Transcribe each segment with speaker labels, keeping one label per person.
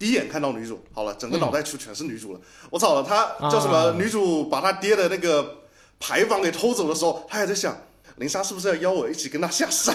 Speaker 1: 第一眼看到女主，好了，整个脑袋区全是女主了。我操，他叫什么？
Speaker 2: 嗯啊
Speaker 1: 女主把他爹的那个牌坊给偷走的时候，他还在想，林莎是不是要邀我一起跟他下山？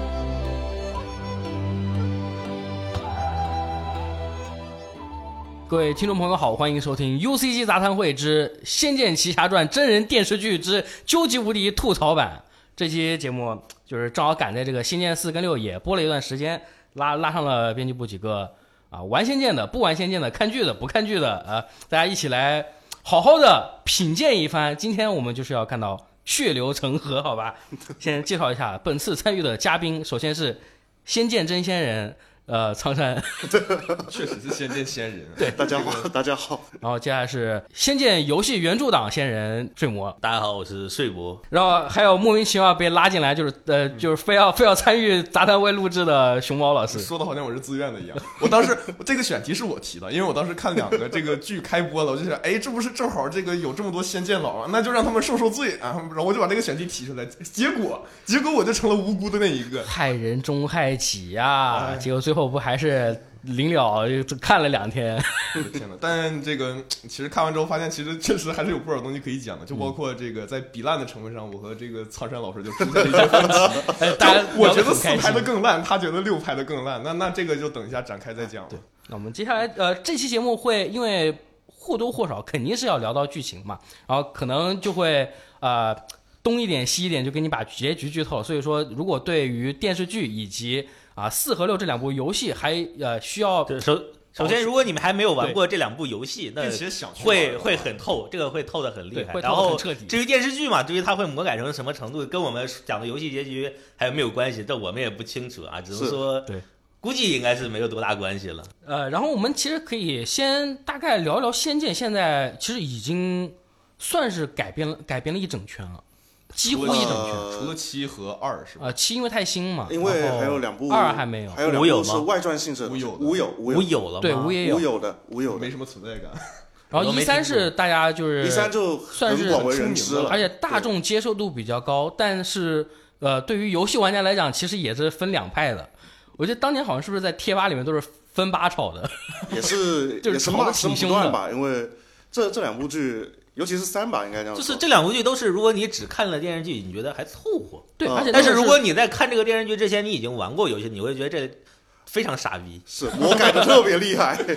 Speaker 2: 各位听众朋友好，欢迎收听 UCG 杂谈会之《仙剑奇侠传》真人电视剧之究极无敌吐槽版。这期节目就是正好赶在这个《仙剑四》跟六也播了一段时间，拉拉上了编辑部几个啊玩仙剑的、不玩仙剑的、看剧的、不看剧的啊，大家一起来好好的品鉴一番。今天我们就是要看到血流成河，好吧？ 先介绍一下本次参与的嘉宾，首先是《仙剑真仙人》呃苍山。
Speaker 3: 确实是仙剑仙人。
Speaker 2: 对
Speaker 1: 大家好，大家好，
Speaker 2: 然后接下来是《仙剑》游戏原著党仙人睡魔，
Speaker 4: 大家好，我是睡博。
Speaker 2: 然后还有莫名其妙被拉进来，就是呃，就是非要非要参与杂谈会录制的熊猫老师。
Speaker 3: 说的好像我是自愿的一样，我当时这个选题是我提的，因为我当时看两个这个剧开播了，我就想，哎，这不是正好这个有这么多仙剑佬啊吗？那就让他们受受罪啊！然后我就把这个选题提出来，结果结果我就成了无辜的那一个。
Speaker 2: 害人终害己呀、
Speaker 3: 哎
Speaker 2: 结果最后不还是临了就看了两天。
Speaker 3: 我的天呐，但这个其实看完之后发现，其实确实还是有不少东西可以讲的，就包括这个在比烂的成分上，我和这个苍山老师就出现了一些分歧。
Speaker 2: 哎，大家
Speaker 3: 我
Speaker 2: 聊
Speaker 3: 觉
Speaker 2: 得
Speaker 3: 得
Speaker 2: 很
Speaker 3: 四
Speaker 2: 开
Speaker 3: 拍
Speaker 2: 心
Speaker 3: 的更烂，他觉得六拍的更烂，那那这个就等一下展开再讲吧。
Speaker 2: 那我们接下来呃，这期节目会因为或多或少肯定是要聊到剧情嘛，然后可能就会呃东一点西一点就给你把结局剧透了。所以说，如果对于电视剧以及啊四和六这两部游戏还呃需要
Speaker 4: 对首首先，如果你们还没有玩过这两部游戏，那
Speaker 3: 并且想去玩
Speaker 4: 会
Speaker 3: 的话
Speaker 4: 会很透，这个会透的很厉
Speaker 2: 对
Speaker 4: 害。
Speaker 2: 会透
Speaker 4: 然
Speaker 2: 得
Speaker 4: 后
Speaker 2: 很彻底
Speaker 4: 至于电视剧嘛，至于它会魔改成什么程度，跟我们讲的游戏结局还有没有关系，这我们也不清楚啊，只能
Speaker 1: 是
Speaker 4: 说
Speaker 2: 对，
Speaker 4: 估计应该是没有多大关系了。
Speaker 2: 呃，然后我们其实可以先大概聊一聊《仙剑》，现在其实已经算是改编了改编了一整圈了，几乎
Speaker 3: 除
Speaker 2: 一
Speaker 3: 了
Speaker 2: 整
Speaker 1: 呃
Speaker 2: 圈。
Speaker 3: 除了七和二是吧？
Speaker 2: 呃，七因为太新嘛，
Speaker 1: 因为
Speaker 2: 然后
Speaker 1: 还有两部
Speaker 2: 二还没有，
Speaker 1: 还有两
Speaker 4: 无有
Speaker 1: 部
Speaker 4: 吗
Speaker 1: 是外传性质的，
Speaker 3: 无有的
Speaker 1: 无有无
Speaker 4: 我
Speaker 1: 有
Speaker 4: 有了吗？
Speaker 2: 对五也有
Speaker 1: 无，有的无有的
Speaker 3: 没，什么存在感。
Speaker 2: 然后
Speaker 4: 我都
Speaker 2: 一
Speaker 4: 没
Speaker 2: 三
Speaker 4: 听
Speaker 2: 是大家就是
Speaker 1: 一三就很
Speaker 2: 算是
Speaker 1: 广为人知
Speaker 3: 出名
Speaker 1: 了
Speaker 2: 而，且大众接受度比较高，但是呃，对于游戏玩家来讲，其实也是分两派的。我觉得当年好像是不是在贴吧里面都是分吧炒的？
Speaker 1: 也是
Speaker 2: 就是
Speaker 1: 也是
Speaker 2: 吵得
Speaker 1: 骂
Speaker 2: 挺
Speaker 1: 声不
Speaker 2: 凶
Speaker 1: 断
Speaker 2: 的
Speaker 1: 吧，因为这这两部剧，尤其是三吧，应该这样
Speaker 4: 就
Speaker 1: 说，
Speaker 4: 是这两部剧都是，如果你只看了电视剧，你觉得还凑合；
Speaker 2: 对，
Speaker 1: 嗯
Speaker 2: 而且
Speaker 4: 但
Speaker 2: 啊是
Speaker 4: 是如果你在看这个电视剧之前，你已经玩过游戏，你会觉得这非常傻 逼。
Speaker 1: 是魔改的特别厉害，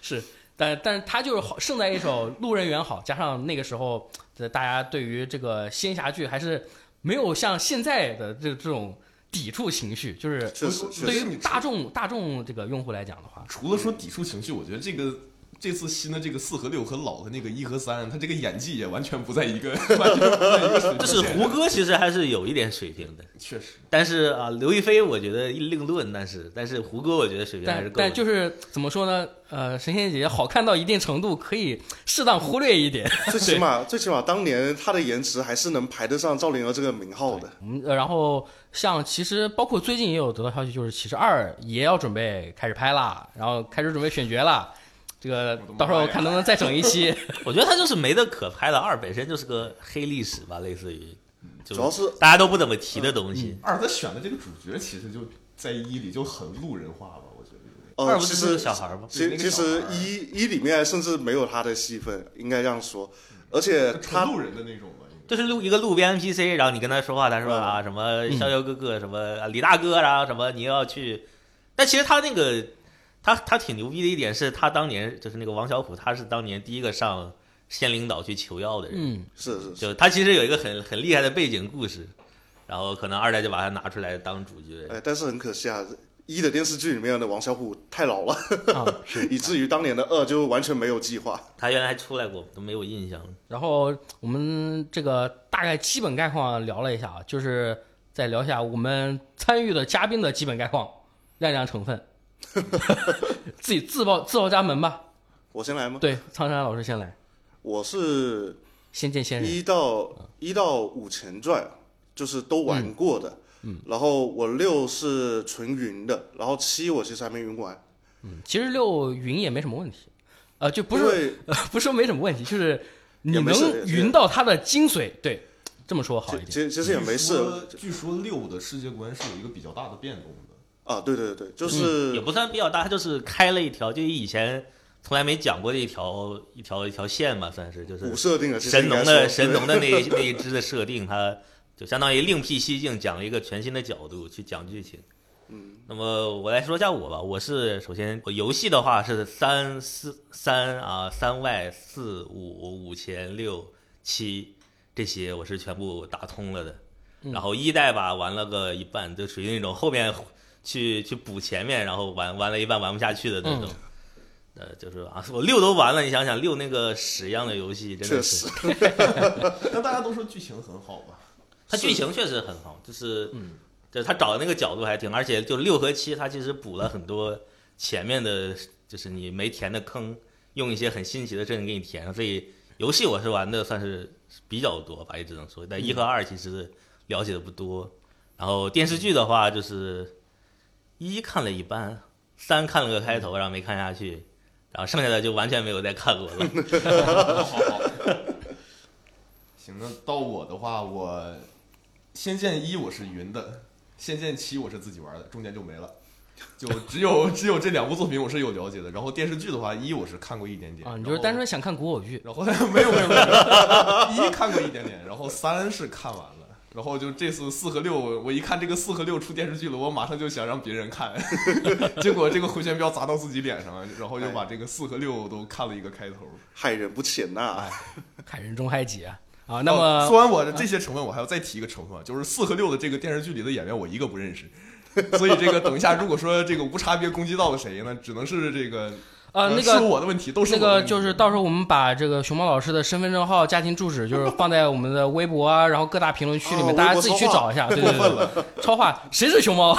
Speaker 2: 是，但但是他就是好胜在一首《路人缘》好，加上那个时候呃大家对于这个仙侠剧还是没有像现在的这这种抵触情绪，就是
Speaker 1: 确实
Speaker 3: 我
Speaker 1: 确
Speaker 2: 对
Speaker 1: 实
Speaker 3: 是
Speaker 2: 于大众大众这个用户来讲的话，
Speaker 3: 除了说抵触情绪，我觉得这个这次新的这个四和六和老的那个一和三，他这个演技也完全不在一个 完全不在一个水平线。
Speaker 4: 就是胡歌其实还是有一点水平的，
Speaker 3: 确实，
Speaker 4: 但是啊，刘亦菲我觉得另论，但是但是胡歌我觉得水平还是
Speaker 2: 但
Speaker 4: 够的。
Speaker 2: 但就是怎么说呢？呃，神仙姐姐好看到一定程度，可以适当忽略一点。
Speaker 1: 最起码最起码当年他的颜值还是能排得上赵灵儿这个名号的，
Speaker 2: 嗯，呃然后像其实包括最近也有得到消息，就是《骑士二》也要准备开始拍啦，然后开始准备选角啦。这个
Speaker 3: 我的妈呀
Speaker 2: 到时候看能不能再整一 期。
Speaker 4: 我觉得他就是没得可拍了，二本身就是个黑历史吧，类似于，就
Speaker 1: 主要是
Speaker 4: 大家都不怎么提的东西。
Speaker 3: 二他选的这个主角其实就在一里就很路人化吧，我觉得。
Speaker 1: 呃
Speaker 4: 二不
Speaker 1: 其
Speaker 4: 就是
Speaker 1: 实
Speaker 4: 个小孩吗？
Speaker 1: 其
Speaker 3: 对那个
Speaker 1: 其实
Speaker 3: 小孩儿
Speaker 1: 一一里面甚至没有他的戏份，应该这样说，而且呃
Speaker 3: 纯
Speaker 1: 他
Speaker 3: 路人的那种吧，应该
Speaker 4: 就是路一个路边 NPC，然后你跟他说话，他
Speaker 1: 嗯
Speaker 4: 说啊什么逍遥哥哥，什么啊李大哥，然后什么你要去，但其实他那个他他挺牛逼的一点是他当年就是那个王小虎，他是当年第一个上县领导去求药的人，
Speaker 2: 嗯，
Speaker 1: 是是是，
Speaker 4: 就他其实有一个很很厉害的背景故事，然后可能二代就把他拿出来当主角。
Speaker 1: 哎，但是很可惜啊。一的电视剧里面的王小虎太老了，
Speaker 2: 啊，
Speaker 1: 以至于当年的二就完全没有计划。
Speaker 4: 他原来还出来过，都没有印象了。
Speaker 2: 然后我们这个大概基本概况聊了一下啊，就是再聊一下我们参与的嘉宾的基本概况，亮亮成 分，自己自报自报家门吧。
Speaker 1: 我先来吗？
Speaker 2: 对，苍山老师先来。
Speaker 1: 我是
Speaker 2: 仙剑仙人
Speaker 1: 一到一到五前传就是都玩过的，嗯，然后我六是纯云的，然后七我其实还没云完，》，
Speaker 2: 其实六云也没什么问题，呃，就不
Speaker 1: 因
Speaker 2: 是
Speaker 1: 为
Speaker 2: 不是说没什么问题，就是你
Speaker 1: 也没事
Speaker 2: 能云到它的精髓，对，这么说好
Speaker 1: 其
Speaker 2: 一点。
Speaker 1: 其其实也没
Speaker 3: 据
Speaker 1: 事
Speaker 3: 说据说六的世界观是有一个比较大的变动 的，
Speaker 1: 啊，对对对，就是
Speaker 4: 嗯也不算比较大，它就是开了一条，就以前从来没讲过的一条一条一条线嘛，算是就
Speaker 1: 古
Speaker 4: 是
Speaker 1: 设定了，其实
Speaker 4: 神
Speaker 1: 应该
Speaker 4: 农的
Speaker 1: 说
Speaker 4: 神
Speaker 1: 对
Speaker 4: 农的那一那一支的设定，它就相当于另辟蹊径，讲了一个全新的角度去讲剧情。嗯，那么我来说一下我吧，我是首先我游戏的话是三四三啊三 Y 四五五千六七这些我是全部打通了的，然后一代吧玩了个一半，就属于那种后面去去补前面，然后玩玩了一半玩不下去的那种。呃，就是啊，我六都玩了，你想想六那个屎一样的游戏，真
Speaker 1: 确
Speaker 4: 的是
Speaker 1: 实，
Speaker 3: 但大家都说剧情很好吧？
Speaker 4: 它
Speaker 3: 是
Speaker 4: 剧情确实很好，就是嗯，就是他找的那个角度还挺，而且就六和七，它其实补了很多前面的，就是你没填的坑，用一些很新奇的阵给你填，所以游戏我是玩的算是比较多吧，也只能说，但一和二其实了解的不多。然后电视剧的话，就是一看了一半，三看了个开头，然后没看下去，然后剩下的就完全没有再看过了。
Speaker 3: 好好。 行，那到我的话，我《仙剑一》我是云的，《仙剑七》我是自己玩的，中间就没了，就只有只有这两部作品我是有了解的。然后电视剧的话，一我是看过一点点
Speaker 2: 啊，你就是单纯想看古偶剧，
Speaker 3: 然后 没有没有没有，一看过一点点，然后三是看完了。然后就这次四和六，我一看这个四和六出电视剧了，我马上就想让别人看， 结果这个回旋镖砸到自己脸上了，然后就把这个四和六都看了一个开头。
Speaker 1: 害人不浅呐、
Speaker 4: 哎
Speaker 2: 害人中害己啊。啊，那
Speaker 3: 哦
Speaker 2: 么
Speaker 3: 说完我的这些成分，我还要再提一个成分，啊就是四和六的这个电视剧里的演员，我一个不认识。所以这个等一下，如果说这个无差别攻击到了谁呢？只能是这个
Speaker 2: 呃，那
Speaker 3: 是
Speaker 2: 个
Speaker 3: 我的问题，都
Speaker 2: 那
Speaker 3: 是我的
Speaker 2: 个
Speaker 3: 问题
Speaker 2: 就是到时候我们把这个熊猫老师的身份证号、家庭住址，就是放在我们的微博啊，然后各大评论区里面，
Speaker 1: 哦
Speaker 2: 大家
Speaker 1: 微博
Speaker 2: 自己去
Speaker 1: 超话
Speaker 2: 找一下。对对
Speaker 3: 过分
Speaker 2: 对，
Speaker 3: 了。
Speaker 2: 对超话谁是熊猫？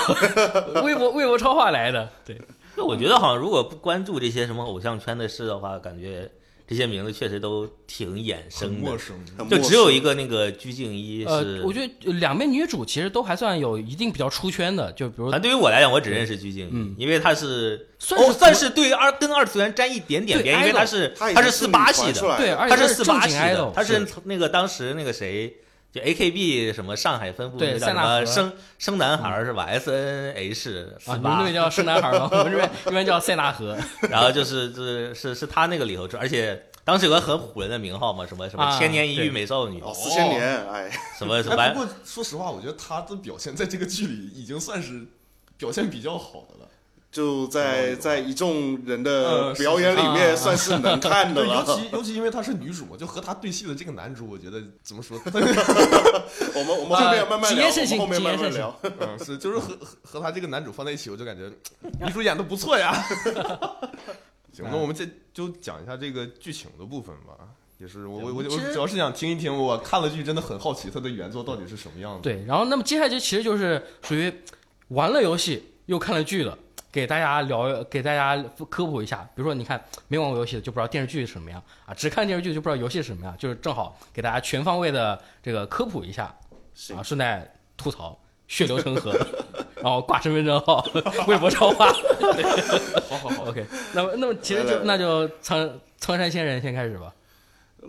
Speaker 2: 微博微博超话来的，对，
Speaker 4: 那我觉得好像如果不关注这些什么偶像圈的事的话，感觉这些名字确实都挺衍
Speaker 3: 很
Speaker 4: 生
Speaker 3: 陌
Speaker 4: 的，
Speaker 3: 生，
Speaker 1: 很
Speaker 4: 就
Speaker 1: 陌
Speaker 4: 只有
Speaker 1: 生
Speaker 4: 一个那个鞠婧祎
Speaker 2: 呃
Speaker 4: 是。，
Speaker 2: 我觉得两位女主其实都还算有一定比较出圈的，就比如
Speaker 4: 反正对于我来讲，我只认识鞠婧祎，因为她是
Speaker 2: 嗯算是
Speaker 4: 哦算是对二跟二次元沾一点点
Speaker 2: 对
Speaker 4: 边，因为
Speaker 2: idol
Speaker 4: 她是
Speaker 1: 他已
Speaker 4: 她
Speaker 1: 经
Speaker 4: 是
Speaker 1: 是
Speaker 4: 四
Speaker 1: 女
Speaker 4: 八
Speaker 1: 团
Speaker 4: 系
Speaker 1: 出
Speaker 4: 的，
Speaker 1: 来
Speaker 2: 对，
Speaker 1: 了
Speaker 2: 而
Speaker 4: 她
Speaker 2: 且她
Speaker 4: 四
Speaker 2: 正
Speaker 4: 八
Speaker 2: 经
Speaker 4: 系的
Speaker 2: idol，，
Speaker 4: 她是从那个当时那个谁。就 A K B 什么上海分部
Speaker 2: 对
Speaker 4: 那
Speaker 2: 塞
Speaker 4: 叫什
Speaker 2: 纳河
Speaker 4: 么生生男孩儿是吧？S N H
Speaker 2: 啊，你
Speaker 4: 四
Speaker 2: 们那
Speaker 4: 八
Speaker 2: 边，叫生男孩吗？我们这边一般叫塞纳河
Speaker 4: 然后就是是是是他那个里头，而且当时有个很唬人的名号嘛，什么什么
Speaker 2: 啊
Speaker 4: 千年一
Speaker 2: 对
Speaker 4: 遇美少女，
Speaker 1: 哦，四千年，哎，
Speaker 4: 什么什
Speaker 3: 哎，不
Speaker 4: 么，
Speaker 3: 过说实话，我觉得他的表现在这个剧里已经算是表现比较好的了，
Speaker 4: 哦
Speaker 1: 就在在一众人
Speaker 3: 呃
Speaker 1: 的
Speaker 3: 是
Speaker 1: 表演里
Speaker 2: 啊
Speaker 1: 面算是能看的
Speaker 3: 对，尤
Speaker 1: 了。
Speaker 3: 其尤其因为她是女主嘛，就和她对戏的这个男主，我觉得怎么说，
Speaker 1: 我们我们后
Speaker 3: 呃
Speaker 1: 面慢慢
Speaker 2: 谨
Speaker 1: 聊，我
Speaker 2: 言慎
Speaker 1: 们
Speaker 2: 行
Speaker 1: 后面
Speaker 2: 谨言
Speaker 1: 慢慢
Speaker 2: 慎
Speaker 1: 聊。
Speaker 3: 嗯，是就是和和和他这个男主放在一起，我就感觉女主演的不错呀。行，那我们这就讲一下这个剧情的部分吧。也是我我我
Speaker 4: 嗯其
Speaker 3: 我
Speaker 4: 实
Speaker 3: 主要是想听一听，我看了剧真的很好奇它的原作到底是什么样 的。
Speaker 2: 对，然后那么接下来就其实就是属于玩了游戏又看了剧了，给大家聊，给大家科普一下。比如说，你看没玩过游戏的就不知道电视剧是什么样啊，只看电视剧就不知道游戏是什么样，就是正好给大家全方位的这个科普一下啊，
Speaker 1: 行，
Speaker 2: 顺带吐槽。血流成河， 然后挂身份证号、 微博超话。
Speaker 3: 好好 好，
Speaker 2: OK，那么那么其实
Speaker 1: 来来
Speaker 2: 就
Speaker 1: 来
Speaker 2: 那就苍苍山仙人先开始吧。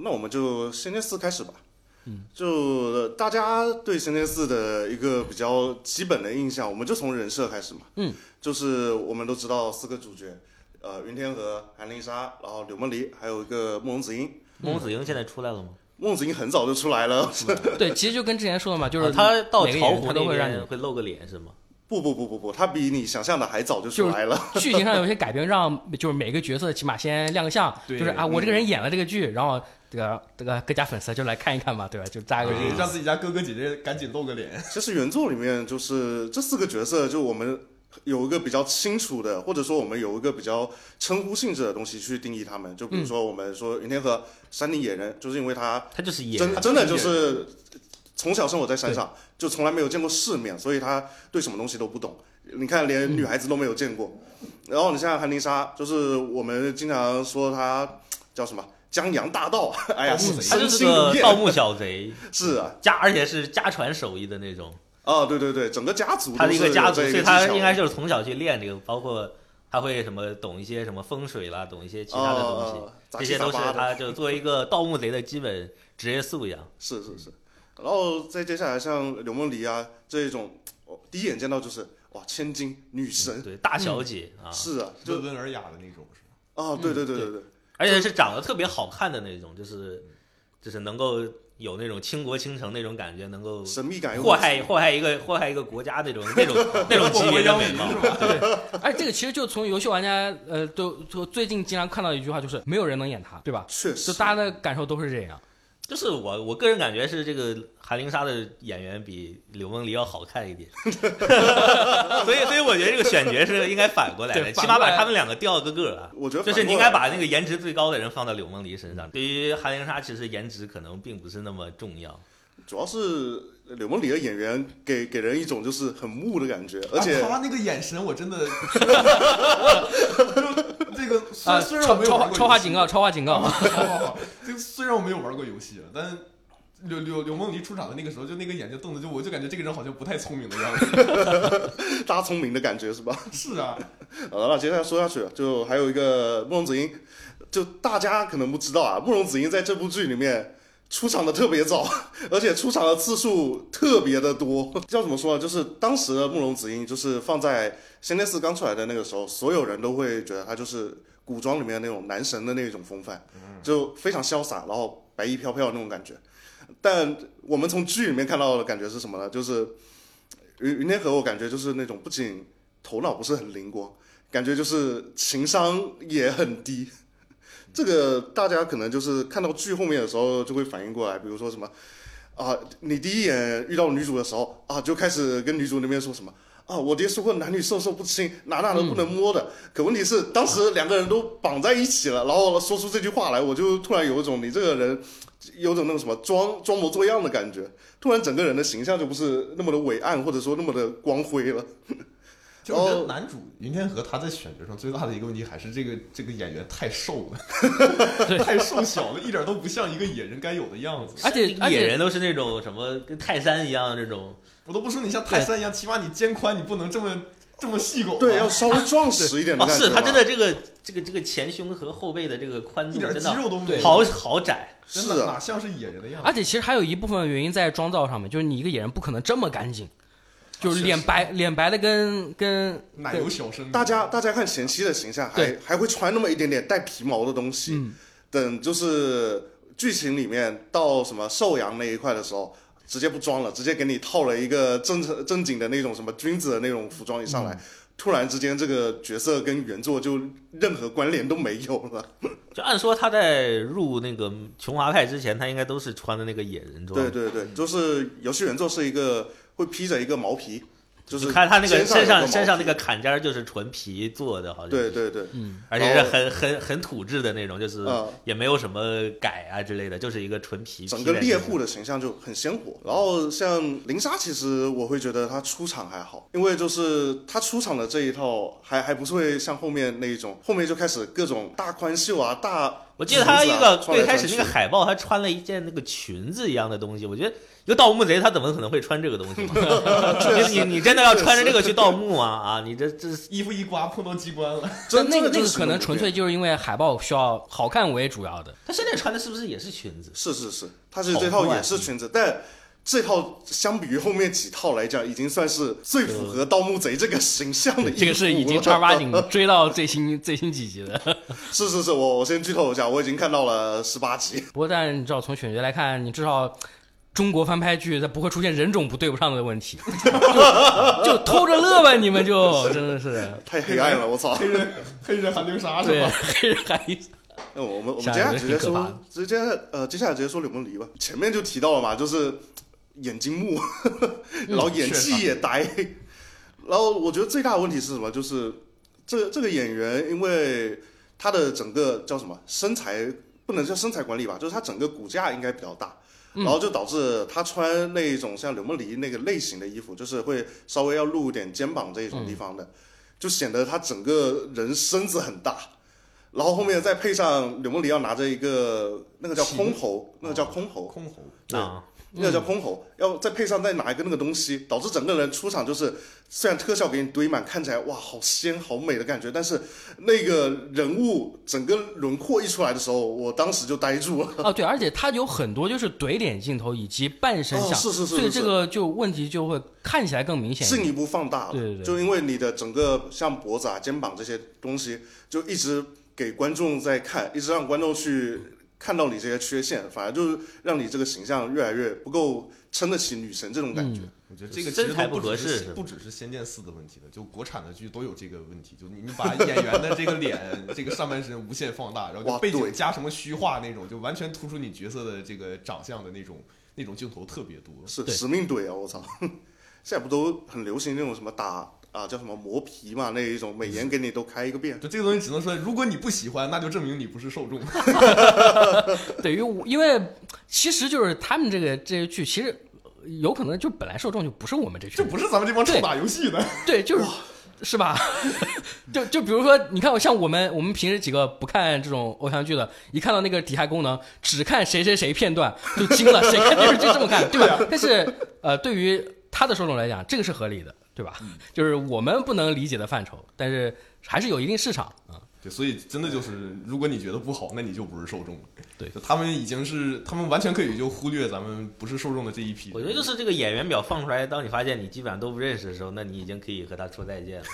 Speaker 1: 那我们就仙剑四开始吧。嗯，就呃大家对仙剑四的一个比较基本的印象，我们就从人设开始嘛。嗯，就是我们都知道四个主角，呃，云天河、韩灵莎，然后柳梦璃，还有一个慕容子英。
Speaker 4: 孟子英现在出来了吗？
Speaker 1: 孟子英很早就出来了，
Speaker 2: 对，其实就跟之前说的嘛，就
Speaker 4: 啊
Speaker 2: 是
Speaker 4: 他到
Speaker 2: 每个
Speaker 4: 巢
Speaker 2: 演员
Speaker 4: 湖
Speaker 2: 他
Speaker 4: 那
Speaker 2: 都会让你
Speaker 4: 边会露个脸是吗？
Speaker 1: 不不不不不，他比你想象的还早就出来了。
Speaker 2: 剧情上有些改编，让就是每个角色起码先亮个相，
Speaker 3: 对嗯
Speaker 2: 就是啊，我这个人演了这个剧，然后这个这个各家粉丝就来看一看嘛，对吧？就大概
Speaker 3: 对
Speaker 2: 这个
Speaker 3: 让自己家哥哥姐姐赶紧露个脸。
Speaker 1: 其实原作里面就是这四个角色，就我们有一个比较清楚的，或者说我们有一个比较称呼性质的东西去定义他们。就比如说我们说云天河山顶野人，就是因为他
Speaker 4: 他就是嗯野
Speaker 1: 真
Speaker 4: 人，
Speaker 1: 真的就是从小生活在山上，就从来没有见过世面，所以他对什么东西都不懂。你看，连
Speaker 4: 嗯
Speaker 1: 女孩子都没有见过。然后你像韩灵莎，就是我们经常说她叫什么江洋大盗，哎呀，是
Speaker 4: 他
Speaker 1: 身
Speaker 4: 哦就是
Speaker 1: 心如
Speaker 4: 个
Speaker 1: 燕
Speaker 4: 盗墓小贼，
Speaker 1: 是啊，
Speaker 4: 家而且是家传手艺的那种。
Speaker 1: 啊，对对对，整个家族
Speaker 4: 他的
Speaker 1: 都
Speaker 4: 一
Speaker 1: 是
Speaker 4: 个家
Speaker 1: 有
Speaker 4: 族，
Speaker 1: 这
Speaker 4: 所
Speaker 1: 一
Speaker 4: 以
Speaker 1: 个
Speaker 4: 他
Speaker 1: 技巧
Speaker 4: 应该就是从小去练这个，包括他会什么懂一些什么风水啦，懂一些其他的东西，
Speaker 1: 哦杂
Speaker 4: 这
Speaker 1: 七
Speaker 4: 些
Speaker 1: 杂
Speaker 4: 都是
Speaker 1: 八的
Speaker 4: 他就作为一个盗墓贼的基本职业素养。
Speaker 1: 是是是，然后再接下来像柳梦璃啊这种，我第一眼见到就是哇，千金女神，
Speaker 4: 嗯对，大小姐啊，
Speaker 1: 是啊，就
Speaker 3: 温文尔雅的那种，是吧？
Speaker 1: 啊，对对对
Speaker 4: 嗯
Speaker 1: 对对，
Speaker 4: 而且是长得特别好看的那种，就是就是能够有那种倾国倾城那种感觉，能够
Speaker 1: 神秘感又
Speaker 4: 祸害祸害一个祸害一个国家那种那种 那种级别的美貌。
Speaker 2: 而哎这个其实就从游戏玩家呃，都就最近经常看到一句话，就是没有人能演他，对吧？
Speaker 1: 确
Speaker 2: 就
Speaker 1: 实
Speaker 2: 大家的感受都是这样。
Speaker 4: 就是我我个人感觉是这个韩玲莎的演员比柳梦璃要好看一点， 所以所以我觉得这个选角是应该反过来的，
Speaker 2: 对
Speaker 4: 起
Speaker 2: 反
Speaker 4: 码
Speaker 2: 过来
Speaker 4: 把他们两个调个个儿啊。
Speaker 1: 我觉得
Speaker 4: 就
Speaker 1: 反
Speaker 4: 是你
Speaker 1: 过
Speaker 4: 应该
Speaker 1: 来
Speaker 4: 把那个颜值最高的人放到柳梦璃身上。对于韩玲莎，其实颜值可能并不是那么重要。
Speaker 1: 主要是柳梦璃的演员给给人一种就是很木的感觉，而且
Speaker 3: 啊他那个眼神，我 真的，就这个虽
Speaker 2: 啊，
Speaker 3: 然虽然
Speaker 2: 超
Speaker 3: 我没有玩
Speaker 2: 超
Speaker 3: 过
Speaker 2: 超话
Speaker 3: 游戏啊
Speaker 2: 警告，超话警告。
Speaker 3: 好好好，这个 虽然我没有玩过游戏，啊但是柳柳柳梦璃出场的那个时候，就那个眼睛瞪着，就我就感觉这个人好像不太聪明的样子。
Speaker 1: 大聪明的感觉是吧？
Speaker 3: 是啊，
Speaker 1: 好了，那接下来说下去，就还有一个慕容子英，就大家可能不知道啊，慕容子英在这部剧里面出场的特别早， 而且出场的次数特别的多。 要怎么说呢？就是当时的慕容子英，就是放在《仙剑四》刚出来的那个时候，所有人都会觉得他就是古装里面那种男神的那种风范，就非常潇洒，然后白衣飘飘的那种感觉。但我们从剧里面看到的感觉是什么呢？就是云云天河，我感觉就是那种不仅头脑不是很灵光，感觉就是情商也很低。 这个大家可能就是看到剧后面的时候就会反应过来，比如说什么啊，你第一眼遇到女主的时候啊，就开始跟女主那边说什么啊，我爹说过男女授受不亲，哪哪都不能摸的。可问题是当时两个人都绑在一起了，然后说出这句话来，我就突然有一种你这个人有种那种什么装装模作样的感觉，突然整个人的形象就不是那么的伟岸，或者说那么的光辉了。
Speaker 3: 就我觉得男主云哦天河他在选角上最大的一个问题还是这个这个演员太瘦了， 太瘦小了，一点都不像一个野人该有的样子。
Speaker 2: 而且而
Speaker 4: 野
Speaker 2: 且
Speaker 4: 人都是那种什么跟泰山一样的那种，
Speaker 3: 我都不说你像泰山一样，起码你肩宽，你不能这么这么细狗。啊
Speaker 1: 对，要稍微壮实一点的
Speaker 4: 哦，
Speaker 1: 感觉
Speaker 4: 是
Speaker 1: 嘛、
Speaker 4: 他真的这个这个这个前胸和后背的这个宽
Speaker 3: 一
Speaker 4: 度
Speaker 3: 点
Speaker 4: 真
Speaker 3: 肌
Speaker 4: 的
Speaker 3: 肉都没有，
Speaker 4: 好好窄。
Speaker 3: 真
Speaker 1: 是
Speaker 3: 的
Speaker 1: 啊，
Speaker 3: 哪像是哎野人的样
Speaker 2: 而
Speaker 3: 子？
Speaker 2: 且其实还有一部分原因在妆造上面，就是你一个野人不可能这么干净，就是脸白脸白的跟跟
Speaker 3: 奶油小生，
Speaker 1: 大家大家看前期的形象还
Speaker 2: 对
Speaker 1: 还会穿那么一点点带皮毛的东西，
Speaker 2: 嗯
Speaker 1: 等就是剧情里面到什么寿阳那一块的时候。直接不装了，直接给你套了一个正正经的那种什么君子的那种服装一上
Speaker 4: 嗯
Speaker 1: 来，突然之间这个角色跟原作就任何关联都没有了。
Speaker 4: 就按说他在入那个琼华派之前，他应该都是穿的那个野人装。
Speaker 1: 对对对，就是游戏原作是一个会披着一个毛皮，就是
Speaker 4: 你看他那个身
Speaker 1: 上有
Speaker 4: 上身上那
Speaker 1: 个
Speaker 4: 个坎肩儿就是纯皮做的，好
Speaker 1: 毛
Speaker 4: 像
Speaker 1: 皮，对对对，
Speaker 4: 而且是很很很土质的那种，就是
Speaker 1: 嗯
Speaker 4: 也没有什么改啊之类的，就是一个纯皮。
Speaker 1: 整个
Speaker 4: 皮的
Speaker 1: 猎户的形象就很鲜活。然后像林莎，其实我会觉得她出场还好，因为就是她出场的这一套还还不是会像后面那一种，后面就开始各种大宽袖啊，大
Speaker 4: 我记得他一个
Speaker 1: 裙子啊
Speaker 4: 最开始那
Speaker 1: 穿
Speaker 4: 个
Speaker 1: 来穿去
Speaker 4: 海报，他穿了一件那个裙子一样的东西。我觉得一个盗墓贼，他怎么可能会穿这 个东西嘛？你你你真的要穿着这个去盗墓啊啊！你这这
Speaker 3: 衣服一刮碰到机关了，
Speaker 1: 真这
Speaker 2: 那
Speaker 1: 个
Speaker 2: 个那
Speaker 1: 就
Speaker 2: 个
Speaker 1: 是
Speaker 2: 可能纯粹就是因为海报需要好看为主要的，
Speaker 4: 他现在穿的是不是也是裙子？
Speaker 1: 是是是，它是这套
Speaker 2: 啊
Speaker 1: 也是裙子，但。这套相比于后面几套来讲，已经算是最符合盗墓贼这个形象的衣服了。
Speaker 2: 这个是 已经正儿八经追到最新最新几集的。
Speaker 1: 是是是，我我先剧透一下，我已经看到了十八集。
Speaker 2: 不过，但你知道，从选角来看，你至少中国翻拍剧它不会出现人种不对不上的问题，就就偷着乐吧，你们就 真的是
Speaker 1: 太黑 暗了，我操！
Speaker 3: 黑人黑人韩流
Speaker 1: 啊
Speaker 3: 沙是
Speaker 2: 对
Speaker 3: 吧？
Speaker 2: 黑人含义。
Speaker 1: 那我们我们
Speaker 2: 下
Speaker 1: 接
Speaker 2: 一
Speaker 1: 下
Speaker 2: 个
Speaker 1: 来直接
Speaker 2: 挺可怕的
Speaker 1: 说，直接呃，接下来直接说柳梦璃吧。前面就提到了嘛，就是眼睛 木，然后演技也呆，然后我觉得最大的问题是什么？就是这这个演员，因为他的整个叫什么身材，不能叫身材管理吧，就是他整个骨架应该比较大。然后就导致他穿那种像柳梦璃那个类型的衣服，就是会稍微要露一点肩膀这一种地方的，就显得他整个人身子很大。然后后面再配上柳梦里要拿着一个那个叫箜篌，那个叫箜篌，
Speaker 3: 箜篌，
Speaker 1: 对
Speaker 4: 啊，
Speaker 1: 那个叫箜篌，要再配上再拿一个那个东西，导致整个人出场就是，虽然特效给你堆满，看起来哇好鲜好美的感觉，但是那个人物整个轮廓一出来的时候，我当时就呆住了。
Speaker 2: 啊，对，而且它有很多就是怼脸镜头以及半身像，
Speaker 1: 哦是是是
Speaker 2: 所以
Speaker 1: 是
Speaker 2: 这个就问题就会看起来更明显一点。
Speaker 1: 进一步放大了，
Speaker 2: 对对对
Speaker 1: 就因为你的整个像脖子啊、肩膀这些东西，就一直给观众在看，一直让观众去看到你这些缺陷，反而就是让你这个形象越来越不够撑得起女神这种感觉。
Speaker 2: 嗯
Speaker 3: 我觉得这个
Speaker 4: 身
Speaker 3: 其实
Speaker 4: 材
Speaker 3: 都
Speaker 4: 不合
Speaker 3: 只是
Speaker 4: 适
Speaker 3: 仙
Speaker 4: 是吧
Speaker 3: 不只是《仙剑四》的问题了，就国产的剧都有这个问题，就你你把演员的这个脸、 这个上半身无限放大，然后就
Speaker 1: 哇
Speaker 3: 背景
Speaker 1: 对
Speaker 3: 加什么虚化那种，就完全突出你角色的这个长相的那种那种镜头特别多。
Speaker 1: 是
Speaker 2: 对
Speaker 1: 使命怼啊！我操， 现在不都很流行那种什么打啊叫什么磨皮嘛，那一种美颜给你都开一个遍。
Speaker 3: 就这个东西只能说，如果你不喜欢，那就证明你不是受众。
Speaker 2: 对于我，因为其实就是他们这个这些剧，其实呃有可能就本来受众就不是我们这
Speaker 3: 这
Speaker 2: 群人，
Speaker 3: 不是咱们这帮臭打游戏的，
Speaker 2: 对，就是是吧？ 就就比如说，你看，像我们我们平时几个不看这种偶像剧的，一看到那个底下功能，只看谁谁谁片段就惊了，谁看电视剧这么看，对吧？但是呃，对于他的受众来讲，这个是合理的，对吧？就是我们不能理解的范畴，但是还是有一定市场啊。
Speaker 3: 对，所以真的就是，如果你觉得不好，那你就不是受众了。
Speaker 2: 对
Speaker 3: 就他们已经是，他们完全可以就忽略咱们不是受众的这一批人。
Speaker 4: 我觉得就是这个演员表放出来，当你发现你基本上都不认识的时候，那你已经可以和他说再 见了，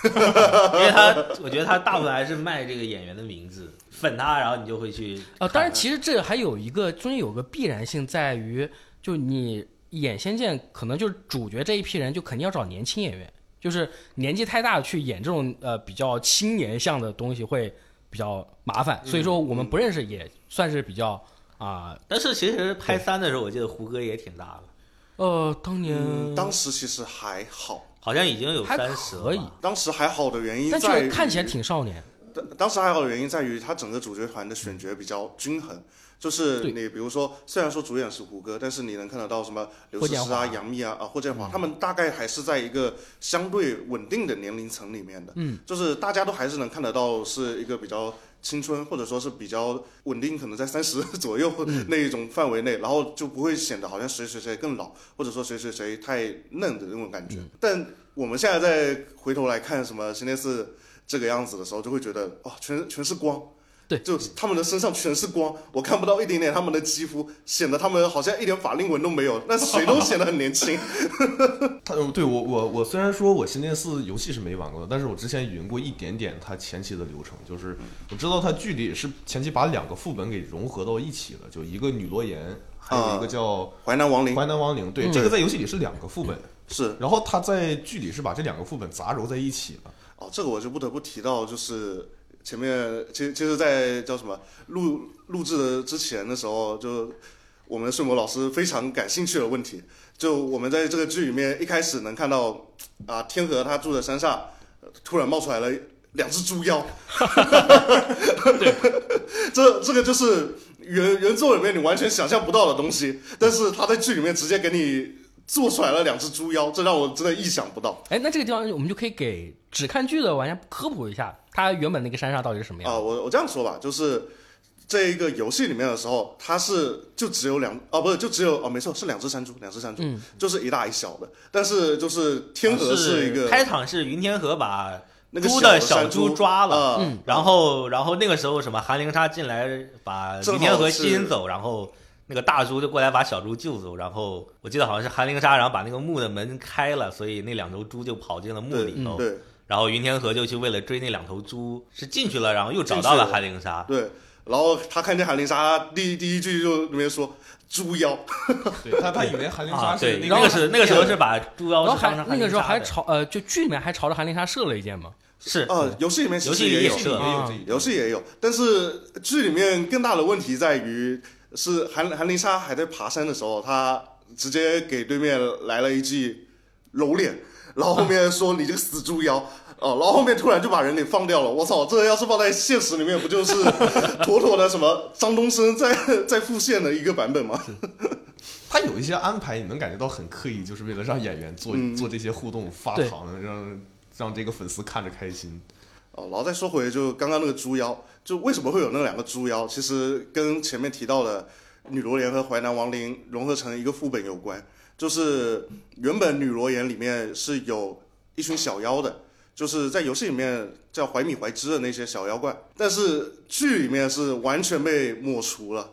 Speaker 4: 因为他，我觉得他大部分还是卖这个演员的名字，嗯 粉他，然后你就会去
Speaker 2: 啊，当然，
Speaker 4: 看
Speaker 2: 其实这还有一个中间有个必然性在于，就你演《仙剑》，可能就是主角这一批人就肯定要找年轻演员，就是年纪太大去演这种呃比较青年向的东西会比较麻烦，所以说
Speaker 1: 嗯
Speaker 2: 我们不认识也算是比较啊、
Speaker 4: 但是其实拍三的时候，我记得胡歌也挺大了，
Speaker 2: 呃，当年、
Speaker 1: 嗯，当时其实还好，
Speaker 4: 好像已经有
Speaker 2: 还
Speaker 4: 三十了吧
Speaker 2: 可以
Speaker 1: 当时还好的原因
Speaker 2: 但
Speaker 1: 在
Speaker 2: 是
Speaker 1: 于
Speaker 2: 看起来挺少年，
Speaker 1: 当当时还好的原因在于，它整个主角团的选角比较均衡，就是
Speaker 2: 对
Speaker 1: 你比如说，虽然说主演是胡歌，但是你能看得到什么刘
Speaker 2: 霍
Speaker 1: 诗
Speaker 2: 建
Speaker 1: 诗啊、
Speaker 2: 华嗯
Speaker 1: 杨幂啊、啊霍建华，他们大概还是在一个相对稳定的年龄层里面的，嗯，就是大家都还是能看得到是一个比较。青春或者说是比较稳定，可能在三十
Speaker 2: 嗯
Speaker 1: 左右那一种范围内，然后就不会显得好像谁谁谁更老，或者说谁谁谁太嫩的那种感觉。
Speaker 2: 嗯
Speaker 1: 但我们现在再回头来看什么《仙剑四》这个样子的时候，就会觉得哇，全全是光。
Speaker 2: 对
Speaker 1: 就他们的身上全是光，我看不到一点点他们的肌肤，显得他们好像一点法令纹都没有，那谁都显得很年轻。
Speaker 3: 他呃对我我我虽然说我《仙剑四》游戏是没玩过的，但是我之前云过一点点它前期的流程，就是我知道它剧里是前期把两个副本给融合到一起了，就一个女罗岩，还有一个叫
Speaker 1: 淮南王陵
Speaker 3: 淮南王陵，对，这个在游戏里是两个副本，
Speaker 1: 是
Speaker 3: 然后他在剧里是把这两个副本杂糅在一起了。
Speaker 1: 哦，这个我就不得不提到，就是前面其实其实，在叫什么录录制的之前的时候，就我们顺博老师非常感兴趣的问题，就我们在这个剧里面一开始能看到啊，天河他住的山上呃突然冒出来了两只猪妖， 这这个就是原原作里面你完全想象不到的东西，但是他在剧里面直接给你。做出来了两只猪妖，这让我真的意想不到
Speaker 2: 哎，那这个地方我们就可以给只看剧的玩家科普一下，他原本那个山上到底是什么样
Speaker 1: 啊！
Speaker 2: 的。
Speaker 1: 我我这样说吧，就是这一个游戏里面的时候，它是就只有两哦，不是就只有哦，没错，是两只山猪，两只山猪，
Speaker 4: 嗯
Speaker 1: 就是一大一小的。但是就是天河
Speaker 4: 啊是
Speaker 1: 一个
Speaker 4: 开场是云天河把
Speaker 1: 那个
Speaker 4: 猪的
Speaker 1: 小
Speaker 4: 小
Speaker 1: 山猪
Speaker 4: 猪抓了，
Speaker 1: 啊，
Speaker 2: 嗯
Speaker 4: 然后然后那个时候什么韩灵莎进来把
Speaker 1: 正
Speaker 4: 云
Speaker 1: 好
Speaker 4: 天河吸引
Speaker 1: 是
Speaker 4: 走，然后那个大猪就过来把小猪救走，然后我记得好像是韩灵莎，然后把那个墓的门开了，所以那两头猪就跑进了墓
Speaker 1: 对嗯
Speaker 4: 里头，
Speaker 1: 对
Speaker 4: 然后云天河就去为了追那两头猪，是进去了，然后又找
Speaker 1: 进去
Speaker 4: 到了
Speaker 1: 了
Speaker 4: 韩灵莎，
Speaker 1: 对。然后他看见韩灵莎，第一第一句就里面说猪 妖，
Speaker 3: 对，他他以为韩灵莎
Speaker 4: 啊，对，
Speaker 3: 是
Speaker 4: 那
Speaker 3: 个、
Speaker 4: 个是那个时候是把猪妖
Speaker 1: 哦
Speaker 2: 然后
Speaker 4: 是当
Speaker 2: 还
Speaker 4: 成
Speaker 2: 那个时候还
Speaker 4: 韩灵莎的
Speaker 2: 朝呃，就剧里面还朝着韩林莎射了一箭嘛。
Speaker 4: 是
Speaker 1: 啊，游戏里面其
Speaker 4: 游
Speaker 1: 实
Speaker 4: 戏里
Speaker 1: 也有
Speaker 4: 有，
Speaker 3: 剧里面有这一
Speaker 4: 啊
Speaker 1: 游
Speaker 3: 段。
Speaker 1: 戏也有，但是剧里面更大的问题在于是韩韩林莎还在爬山的时候，她直接给对面来了一记揉脸，然后后面说你这个死猪妖。 哦，然后后面突然就把人给放掉了，我操！这要是放在现实里面，不就是 妥妥的什么张东升在在复现的一个版本吗？
Speaker 3: 他有一些安排，你能感觉到很刻意，就是为了让演员做、做这些互动发
Speaker 2: 对
Speaker 3: 糖，让让这个粉丝看着开心。
Speaker 1: 哦，然后再说回就刚刚那个猪妖，就为什么会有那两个猪妖？其实跟前面提到的女罗莲和淮南王陵融合成一个副本有关。就是原本女罗岩里面是有一群小妖的，就是在游戏里面叫怀米怀之的那些小妖怪，但是剧里面是完全被抹除了，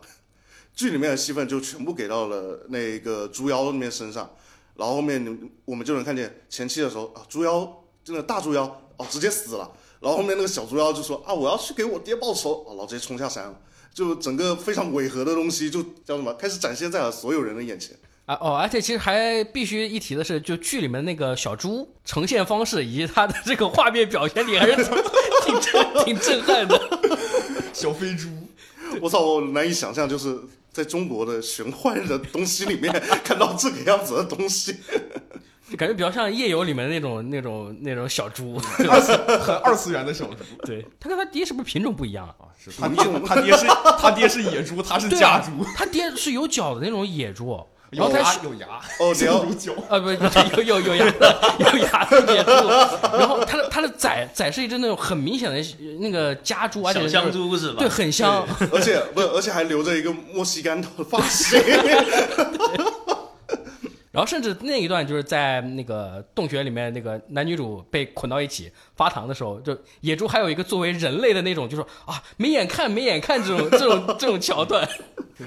Speaker 1: 剧里面的戏份就全部给到了那个猪妖那边身上，然后后面你我们就能看见前期的时候啊，猪妖真的大猪妖哦直接死了，然后后面那个小猪妖就说啊我要去给我爹报仇，哦、然后直接冲下山了，就整个非常违和的东西就叫什么开始展现在了所有人的眼前。
Speaker 2: 啊哦，而且其实还必须一提的是，就剧里面那个小猪呈现方式以及它的这个画面表现力，还是 挺震挺震撼的。
Speaker 3: 小飞猪，
Speaker 1: 我操，我难以想象，就是在中国的玄幻的东西里面 看到这个样子的东西。
Speaker 2: 感觉比较像夜游里面那种那种那种小猪。
Speaker 3: 二次很二次元的小猪
Speaker 2: 对，它跟它爹是不是品种不一样啊？
Speaker 3: 啊，是他爹他爹是他爹是野猪，他是
Speaker 2: 对
Speaker 3: 家
Speaker 2: 啊
Speaker 3: 猪，，
Speaker 2: 它爹是有角的那种野猪，哦然
Speaker 3: 有
Speaker 2: 后它
Speaker 3: 牙
Speaker 2: 是
Speaker 3: 有牙，
Speaker 1: 哦你 要
Speaker 3: 有角，
Speaker 2: 啊不有有有牙的有牙的野猪，然后它的它的崽崽是一只那种很明显的那个家猪，而且
Speaker 4: 小
Speaker 2: 是
Speaker 4: 香猪是吧？
Speaker 2: 对，很香。
Speaker 1: 而且不是，而且还留着一个墨西干头的发型。
Speaker 2: 然后甚至那一段就是在那个洞穴里面，那个男女主被捆到一起发糖的时候，就野猪还有一个作为人类的那种，就是啊没眼看没眼看这种 这种这种桥段。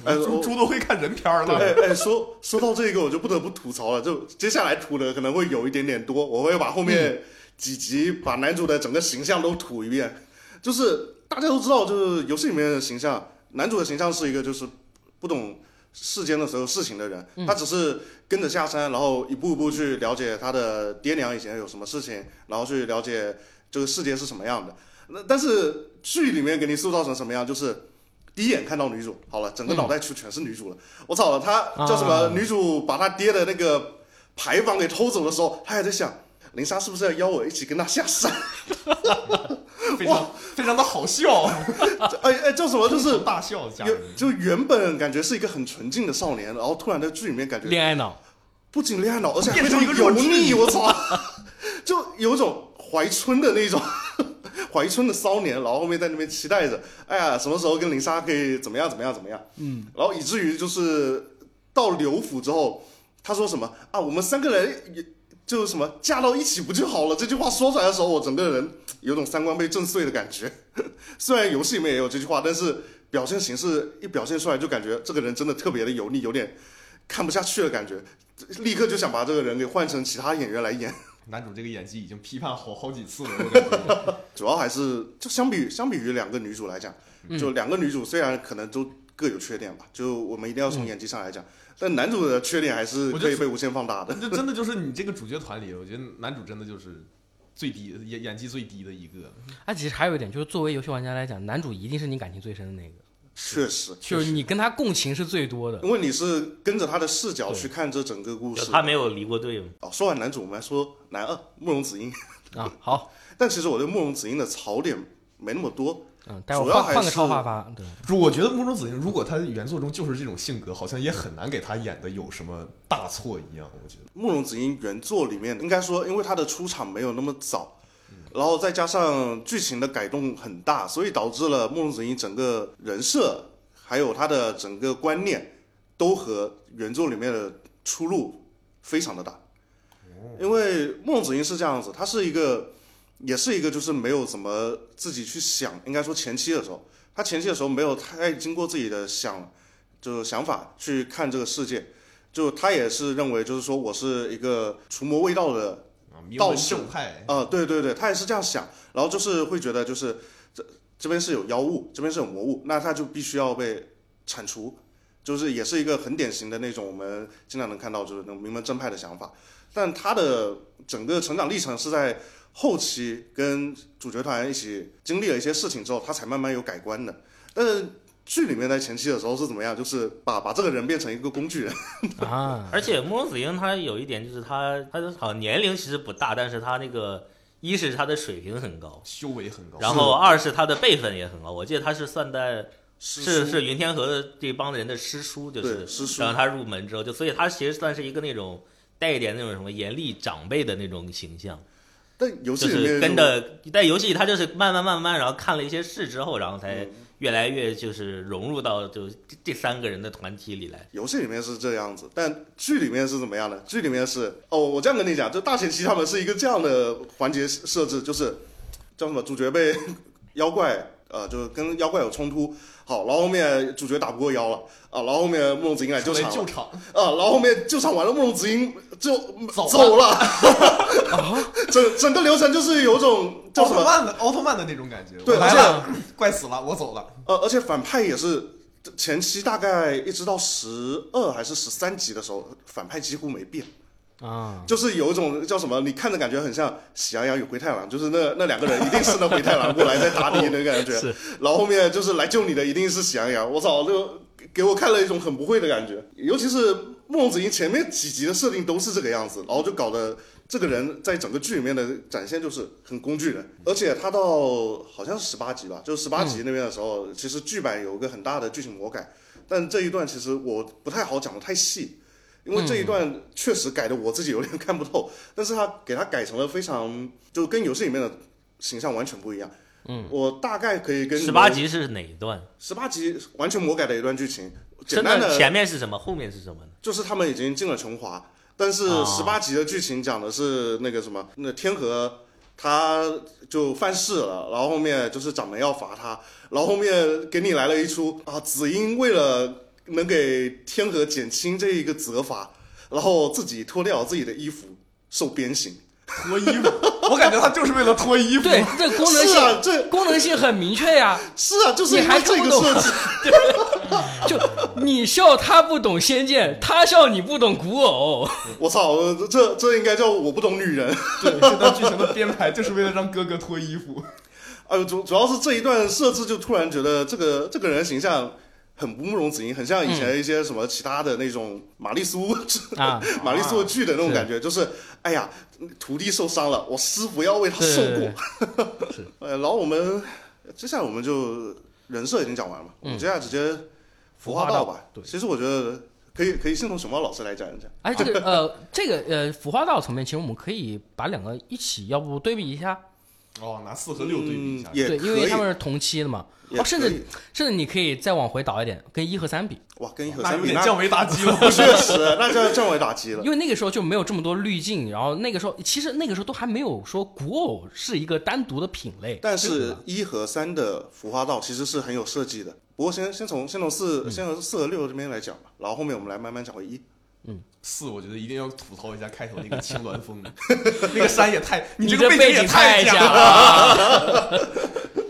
Speaker 1: 哎，
Speaker 3: 猪
Speaker 1: 我
Speaker 3: 猪都会看人片
Speaker 1: 哎
Speaker 3: 儿了。
Speaker 1: 哎，说说到这个，我就不得不吐槽了。就接下来吐的可能会有一点点多，我会把后
Speaker 3: 嗯
Speaker 1: 面几集把男主的整个形象都吐一遍。就是大家都知道，就是游戏里面的形象，男主的形象是一个就是不懂世间的所有事情的人，他只是跟着下山，然后一步一步去了解他的爹娘以前有什么事情，然后去了解这个世界是什么样的。那但是剧里面给你塑造成什么样，就是第一眼看到女主，好了，整个脑袋全全是女主了。我操，他叫什么
Speaker 2: 啊？
Speaker 1: 女主把他爹的那个牌坊给偷走的时候，他还在想。林莎是不是要邀我一起跟他下山？
Speaker 3: 非常非常的好笑，
Speaker 1: 哎哎，叫什么？ 就是
Speaker 3: 大笑加
Speaker 1: 原就原本感觉是一个很纯净的少年，然后突然在剧里面感觉
Speaker 2: 恋爱脑，
Speaker 1: 不仅恋爱脑，而且还
Speaker 3: 变
Speaker 1: 非
Speaker 3: 成
Speaker 1: 常
Speaker 3: 一个弱
Speaker 1: 油
Speaker 3: 智
Speaker 1: 腻，我操， 就有一种怀春的那种 怀春的骚年，然后后面在那边期待着，哎呀，什么时候跟林莎可以怎么样怎么样怎么样，嗯，然后以至于就是到刘府之后，他说什么啊，我们三个人也。就是什么嫁到一起不就好了？这句话说出来的时候，我整个人有种三观被震碎的感觉。 虽然游戏里面也有这句话，但是表现形式一表现出来，就感觉这个人真的特别的油腻，有点看不下去的感觉。立刻就想把这个人给换成其他演员来演。
Speaker 3: 男主这个演技已经批判好好几次了，我感觉。
Speaker 1: 主要还是就相比相比于两个女主来讲，就两个女主虽然可能都各有缺点吧，就我们一定要从演技上来讲，但男主的缺点还是
Speaker 3: 我
Speaker 1: 可
Speaker 3: 就
Speaker 1: 以
Speaker 3: 是
Speaker 1: 被无限放大的。
Speaker 3: 这真的就是你这个主角团里，我觉得男主真的就是最低演演技最低的一个。
Speaker 2: 啊，其实还有一点就是，作为游戏玩家来讲，男主一定是你感情最深的那个，
Speaker 1: 确实，
Speaker 2: 就是你跟他共情是最多的。
Speaker 1: 因为你是跟着他的视角去看这整个故
Speaker 4: 就
Speaker 1: 事。
Speaker 4: 他没有离过队嘛。
Speaker 1: 哦，说完男主，我们来说男二慕容子英。
Speaker 2: 啊，好，
Speaker 1: 但其实我对慕容子英的槽点没那么多，
Speaker 2: 嗯，待会
Speaker 1: 主
Speaker 2: 儿
Speaker 1: 要
Speaker 2: 换
Speaker 1: 还
Speaker 2: 换个
Speaker 1: 是
Speaker 2: 超话发，对，
Speaker 3: 如我觉得慕容子英，如果他原作中就是这种性格，好像也很难给他演的有什么大错一样。我觉得
Speaker 1: 慕容子英原作里面应该说，因为她的出场没有那么早，然后再加上剧情的改动很大，所以导致了慕容子英整个人设还有她的整个观念都和原作里面的出入非常的大。因为慕容子英是这样子，她是一个，也是一个就是没有怎么自己去想，应该说前期的时候，她前期的时候没有太经过自己的想，就是想法去看这个世界。就他也是认为，就是说我是一个除魔卫道的，
Speaker 3: 啊，名
Speaker 1: 道
Speaker 3: 门
Speaker 1: 士
Speaker 3: 正派，
Speaker 1: 呃，对对对，他也是这样想，然后就是会觉得就是这这边是有妖物，这边是有魔物，那他就必须要被铲除，就是也是一个很典型的那种我们经常能看到就是那种名门正派的想法，但他的整个成长历程是在后期跟主角团一起经历了一些事情之后，他才慢慢有改观的，但是。剧里面在前期的时候是怎么样？就是把把这个人变成一个工具人，
Speaker 2: 啊，
Speaker 4: 而且慕容子英她有一点就是她她的好像年龄其实不大，但是她那个一是她的水平很高，
Speaker 3: 修为很高。
Speaker 4: 然后二是她的辈分也很高。我记得她是算在是
Speaker 1: 书
Speaker 4: 是云天河的这帮人的师叔，就
Speaker 1: 对
Speaker 4: 是
Speaker 1: 师叔
Speaker 4: 让她入门之后，就所以她其实算是一个那种带一点那种什么严厉长辈的那种形象。
Speaker 1: 但游戏
Speaker 4: 就
Speaker 1: 里面
Speaker 4: 是跟
Speaker 1: 我
Speaker 4: 着在游戏，他就是慢慢慢慢，然后看了一些事之后，然后才
Speaker 1: 嗯
Speaker 4: 越来越就是融入到就这这三个人的团体里来。
Speaker 1: 游戏里面是这样子，但剧里面是怎么样的？剧里面是哦，我这样跟你讲，就大前期他们是一个这样的环节设置，就是叫什么主角被 妖怪呃，就是跟妖怪有冲突，好，然后后面主角打不过妖了啊，然后后面慕容子英来救场
Speaker 3: 来救
Speaker 1: 了
Speaker 3: 场，
Speaker 1: 啊，然后后面救场完了，慕容子英就
Speaker 3: 走了啊
Speaker 1: 走了， 整整个流程就是有种叫
Speaker 3: 奥
Speaker 1: 什
Speaker 3: 特
Speaker 1: 么
Speaker 3: 曼的奥特曼的那种感觉。
Speaker 1: 对
Speaker 3: 我来
Speaker 1: 而且
Speaker 3: 了，怪死了，我走了。
Speaker 1: 呃，而且反派也是前期大概一直到十二还是十三集的时候，反派几乎没变。
Speaker 2: 啊，
Speaker 1: 就是有一种叫什么，你看着感觉很像《喜羊羊与灰太狼》，就是那那两个人一定是那灰太狼过来在打你那个感觉，然后后面就是来救你的一定是喜羊羊，我操，就给我看了一种很不会的感觉，尤其是慕容子英前面几集的设定都是这个样子，然后就搞得这个人在整个剧里面的展现就是很工具人，而且他到好像是十八集吧，就是十八集那边的时候，其实剧版有一个很大的剧情魔改，但这一段其实我不太好讲的太细，因为这一段确实改的我自己有点看不透，但是他给他改成了非常就跟游戏里面的形象完全不一样。嗯，我大概可以跟
Speaker 4: 十八集是哪一段？
Speaker 1: 十八集完全魔改的一段剧情，简
Speaker 4: 真
Speaker 1: 单
Speaker 4: 的
Speaker 1: 的
Speaker 4: 前面是什么，后面是什么呢？
Speaker 1: 就是他们已经进了琼华，但是
Speaker 4: 哦
Speaker 1: 十八集的剧情讲的是那个什么，那天河他就犯事了，然后后面就是掌门要罚他，然后后面给你来了一出啊，子英为了能给天河减轻这一个责罚，然后自己脱掉自己的衣服受鞭刑。
Speaker 3: 脱衣服， 我感觉他就是为了脱衣服。
Speaker 2: 对，这功能
Speaker 1: 是啊
Speaker 2: 性，
Speaker 1: 这
Speaker 2: 功能性很明确呀。
Speaker 1: 是啊，就是
Speaker 2: 你
Speaker 1: 因为
Speaker 2: 还
Speaker 1: 这
Speaker 2: 看
Speaker 1: 个
Speaker 2: 不懂
Speaker 1: 设计，
Speaker 2: 就你笑他不懂仙剑，他笑你不懂古偶。
Speaker 1: 我操，这这应该叫我不懂女人。
Speaker 3: 对，这段剧情的编排就是为了让哥哥脱衣服。
Speaker 1: 呃，主主要是这一段设置，就突然觉得这个这个人形象很不慕容子英，很像以前一些什么其他的那种玛丽苏、
Speaker 2: 啊
Speaker 1: 玛丽苏剧的那种感觉，就是哎呀，徒弟受伤了，我师傅要为他受
Speaker 2: 对对
Speaker 1: 过。呃，然后我们接下来我们就人设已经讲完了嘛，我们接下来直接服化道吧。对，其实我觉得可以可以先从熊猫老师来讲一讲。
Speaker 2: 哎，这个呃，这个呃，腐化道层面，其实我们可以把两个一起，要不对比一下，
Speaker 3: 哦，拿四和六对比一下
Speaker 1: 嗯，也
Speaker 2: 对，因
Speaker 1: 可
Speaker 2: 为
Speaker 1: 以
Speaker 2: 他们是同期的嘛。
Speaker 1: 也
Speaker 2: 哦，甚
Speaker 1: 可以
Speaker 2: 至甚至你可以再往回倒一点，跟一和三比，
Speaker 1: 哇，跟一和
Speaker 3: 那
Speaker 1: 三
Speaker 3: 有
Speaker 1: 比，
Speaker 3: 点
Speaker 1: 那
Speaker 3: 降维打击 了。
Speaker 1: 确实，那叫降维打击了。
Speaker 2: 因为那个时候就没有这么多滤镜，然后那个时候其实那个时候都还没有说古偶是一个单独的品类，
Speaker 1: 但是一和三的服化道其实是很有设计的。不过先先从先从四先从四和六这边来讲吧，然后后面我们来慢慢讲回一。
Speaker 3: 四，我觉得一定要吐槽一下开头那个青鸾风， 那个山也太， 你这
Speaker 2: 这
Speaker 3: 个
Speaker 2: 背
Speaker 3: 景也
Speaker 2: 景太
Speaker 3: 假
Speaker 2: 假了，啊，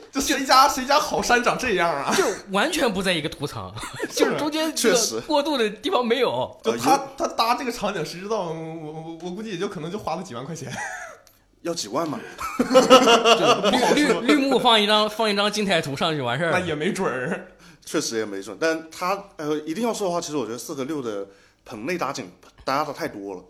Speaker 3: 这谁家谁家好山长这样啊？
Speaker 2: 就完全不在一个图层， 就是中间这
Speaker 1: 确
Speaker 2: 个
Speaker 1: 实
Speaker 2: 过渡的地方没 有。
Speaker 1: 呃
Speaker 3: 就他他搭这个场景，谁知道？我我我估计也就可能就花了几万块钱，
Speaker 1: 要几万嘛？
Speaker 2: 绿绿绿幕放一张放一张静态图上去就完事儿
Speaker 3: 那
Speaker 2: 了。
Speaker 3: 也没准儿。
Speaker 1: 确实也没准。但他呃，一定要说的话，其实我觉得四和六的棚内搭景搭的太多了，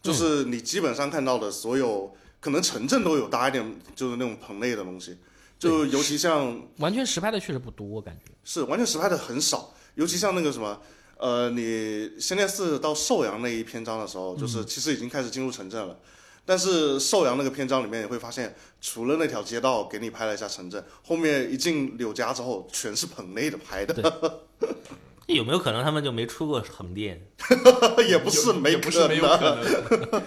Speaker 1: 就是你基本上看到的所有，可能城镇都有搭一点，就是那种棚内的东西。就尤其像
Speaker 2: 完全实拍的确实不多，我感觉。
Speaker 1: 是完全实拍的很少，尤其像那个什么，呃，你仙剑四到寿阳那一篇章的时候，
Speaker 3: 嗯
Speaker 1: 就是其实已经开始进入城镇了。但是寿阳那个篇章里面，你会发现，除了那条街道给你拍了一下城镇，后面一进柳家之后，全是棚内的拍的，
Speaker 4: 那哎有没有可能他们就没出过横店？
Speaker 1: 也不是没
Speaker 3: 也不是没有
Speaker 1: 能
Speaker 3: 可能。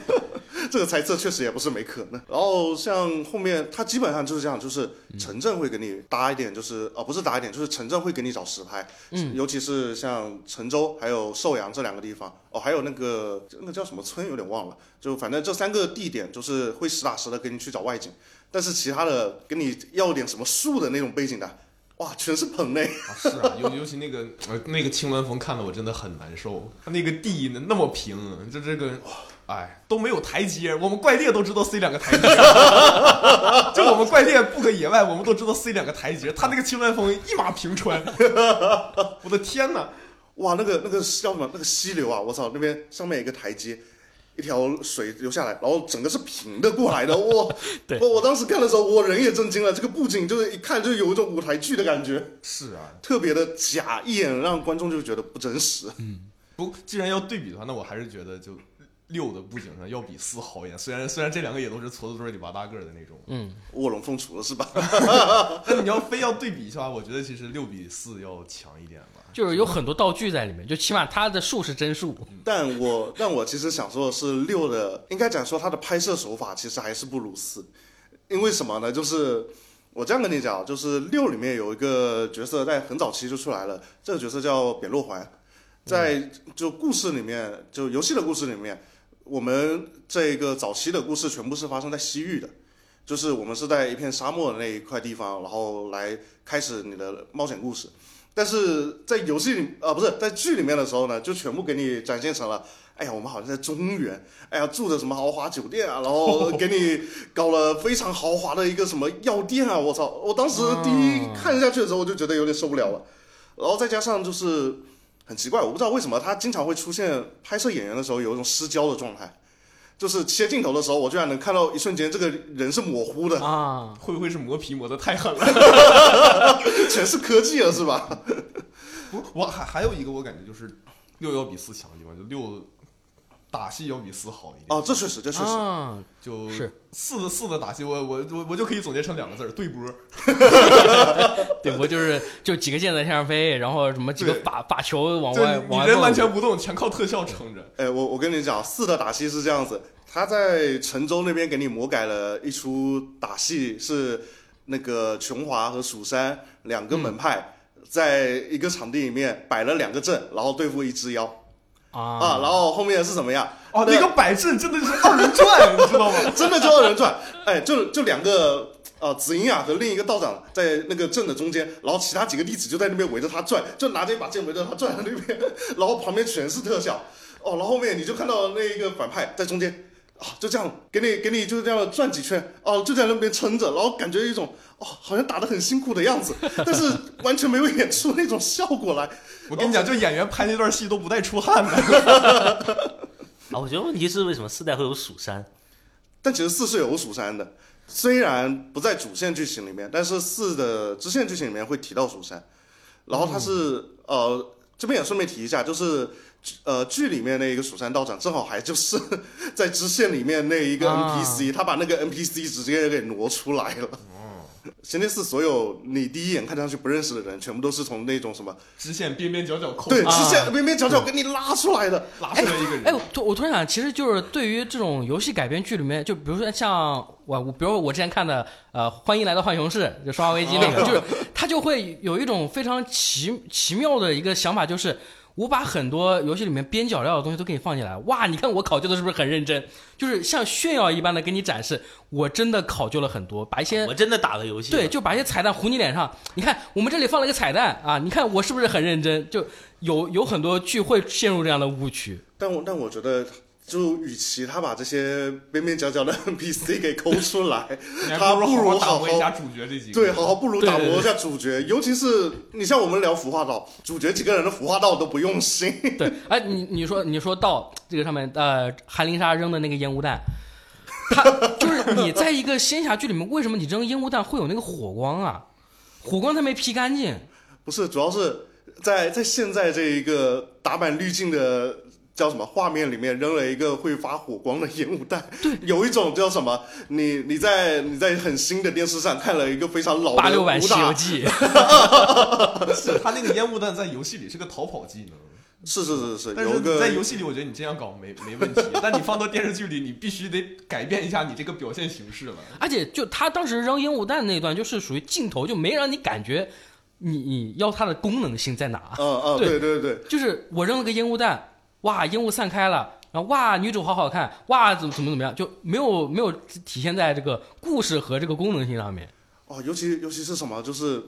Speaker 1: 这个猜测确实也不是没可能。然后像后面它基本上就是这样，就是城镇会给你搭一点，就是呃不是搭一点，就是城镇会给你找实拍，嗯，尤其是像陈州还有寿阳这两个地方，哦，还有那个那个叫什么村有点忘了，就反正这三个地点就是会实打实的给你去找外景，但是其他的给你要点什么树的那种背景的，哇，全是棚内。
Speaker 3: 啊是啊，尤尤其那个呃那个青鸾风看的我真的很难受，那个地呢那么平，就这个。哎，都没有台阶，我们怪猎都知道塞两个台阶， 就我们怪猎不搁野外，我们都知道塞两个台阶，他那个青鸾风一马平川， 我的天哪！
Speaker 1: 哇，那个那个叫什么？那个溪流啊！我操，那边上面有一个台阶，一条水流下来，然后整个是平的过来的。我
Speaker 2: 对
Speaker 1: 我我当时看的时候，我人也震惊了。这个布景就是一看就有一种舞台剧的感觉，
Speaker 3: 是啊，
Speaker 1: 特别的假，一眼让观众就觉得不真实。
Speaker 3: 不，既然要对比的话，那我还是觉得就六的布景上要比四好一点。虽然虽然这两个也都是矬子堆里拔大个儿的那种，
Speaker 2: 嗯，
Speaker 1: 卧龙凤雏了是吧？
Speaker 3: 但你要非要对比一下，我觉得其实六比四要强一点吧。
Speaker 2: 就是有很多道具在里面，就起码它的数是真数。
Speaker 3: 嗯
Speaker 1: 但我但我其实想说的是，六的应该讲说它的拍摄手法其实还是不如四，因为什么呢？就是我这样跟你讲，就是六里面有一个角色在很早期就出来了，这个角色叫扁洛环，在就故事里面，就游戏的故事里面，我们这个早期的故事全部是发生在西域的。就是我们是在一片沙漠的那一块地方，然后来开始你的冒险故事。但是在游戏里啊，不是在剧里面的时候呢，就全部给你展现成了，哎呀，我们好像在中原，哎呀，住的什么豪华酒店啊，然 后给你搞了非常豪华的一个什么药店啊，我操！我当时第一看下去的时候，我就觉得有点受不了了。然后再加上就是很奇怪，我不知道为什么他经常会出现拍摄演员的时候有一种失焦的状态，就是切镜头的时候，我居然能看到一瞬间这个人是模糊的，
Speaker 2: 啊，
Speaker 3: 会不会是磨皮磨得太狠了？
Speaker 1: 全是科技了是吧？
Speaker 3: 不，我还还有一个我感觉就是六要比四强的地方，就六打戏要比四好一点。
Speaker 1: 哦，这确实，这确实。
Speaker 2: 啊，
Speaker 3: 就是四的四的打戏，我我我我就可以总结成两个字儿：对波。
Speaker 2: 对，我就是就几个箭在天上飞，然后什么几个
Speaker 3: 对
Speaker 2: 把把球往
Speaker 3: 就
Speaker 2: 外
Speaker 3: 你
Speaker 2: 往外
Speaker 3: 人完
Speaker 2: 蹦。
Speaker 3: 全不动，全靠特效撑着。
Speaker 1: 哎，我我跟你讲，四的打戏是这样子，他在陈州那边给你魔改了一出打戏，是那个琼华和蜀山两个门派、在一个场地里面摆了两个阵，然后对付一只妖啊，
Speaker 2: 啊
Speaker 1: 然后后面是怎么样？
Speaker 3: 哦，那个摆阵真的是二人转，你知道 吗？
Speaker 1: 真的就二人转，哎，就就两个呃紫银雅和另一个道长在那个阵的中间，然后其他几个弟子就在那边围着他转，就拿着一把剑围着他转在那边，然后旁边全是特效，哦，然后后面你就看到那一个反派在中间。啊，就这样，给你给你就这样转几圈，哦、就在那边撑着，然后感觉一种哦，好像打得很辛苦的样子，但是完全没有演出那种效果来。
Speaker 3: 我跟你讲，就演员拍那段戏都不带出汗的。
Speaker 4: 啊，我觉得问题是为什么四代会有蜀山？
Speaker 1: 但其实四是有蜀山的，虽然不在主线剧情里面，但是四的支线剧情里面会提到蜀山。然后他是、
Speaker 2: 嗯
Speaker 1: 呃，这边也顺便提一下，就是呃剧里面那一个蜀山道长，正好还就是 在支线里面那一个
Speaker 2: 啊
Speaker 1: NPC，、他把那个 NPC 直接给挪出来了。
Speaker 2: 哦
Speaker 1: 仙剑四所有你第一眼看上去不认识的人，全部都是从那种什么
Speaker 3: 支线边边角角抠，
Speaker 1: 对
Speaker 2: 啊
Speaker 1: 支线边边角角给你拉出来的，
Speaker 3: 拉出来一个人。
Speaker 2: 哎，我突我突然想，其实就是对于这种游戏改编剧里面，就比如说像我，我比如我之前看的，呃，欢迎来到浣熊市，就《生化危机》那个，就是它就会有一种非常奇奇妙的一个想法，就是我把很多游戏里面边角料的东西都给你放进来，哇，你看我考究的是不是很认真？就是像炫耀一般的给你展示，我真的考究了很多，把一些
Speaker 4: 啊我真的打了游戏，
Speaker 2: 对，，就把一些彩蛋糊你脸上。你看，我们这里放了一个彩蛋啊，你看我是不是很认真？就有有很多剧会陷入这样的误区。
Speaker 1: 但我但我觉得，就与其他把这些边边角角的 NPC 给抠出 来
Speaker 3: 你，
Speaker 2: 哎
Speaker 3: 还
Speaker 1: 他
Speaker 3: 不好
Speaker 1: 如
Speaker 3: 好打
Speaker 1: 好
Speaker 3: 磨一下主角这几个。
Speaker 1: 对，好好不如打
Speaker 2: 对对
Speaker 1: 磨
Speaker 2: 对
Speaker 1: 一下主角，尤其是你像我们聊服化道，主角几个人的服化道都不用心。
Speaker 2: 对，哎，你你说你说到这个上面，呃，韩林莎扔的那个烟雾弹，它就是你在一个仙侠剧里面，为什么你扔烟雾弹会有那个火光啊？火光它没劈干净，
Speaker 1: 不是，主要是在在现在这一个打满滤镜的叫什么画面里面扔了一个会发火光的烟雾弹，对，有一种叫什么，你你在你在很新的电视上看了一个非常老的
Speaker 2: 八六版《
Speaker 1: 武
Speaker 2: 西游
Speaker 1: 打
Speaker 2: 记》
Speaker 3: 是他那个烟雾弹在游戏里是个逃跑技能，
Speaker 1: 是是是是，
Speaker 3: 但
Speaker 1: 有
Speaker 3: 是
Speaker 1: 一个
Speaker 3: 你在游戏里，我觉得你这样搞没没问题。但你放到电视剧里，你必须得改变一下你这个表现形式了。
Speaker 2: 而且就他当时扔烟雾弹那段，就是属于镜头就没让你感觉你你要它的功能性在哪。
Speaker 1: 嗯嗯
Speaker 2: 对
Speaker 1: 对对对，
Speaker 2: 就是我扔了个烟雾弹，哇，烟雾散开了，然后哇，女主好好看，哇，怎么怎么怎么样，就没有没有体现在这个故事和这个功能性上面。
Speaker 1: 哦，尤其尤其是什么，就是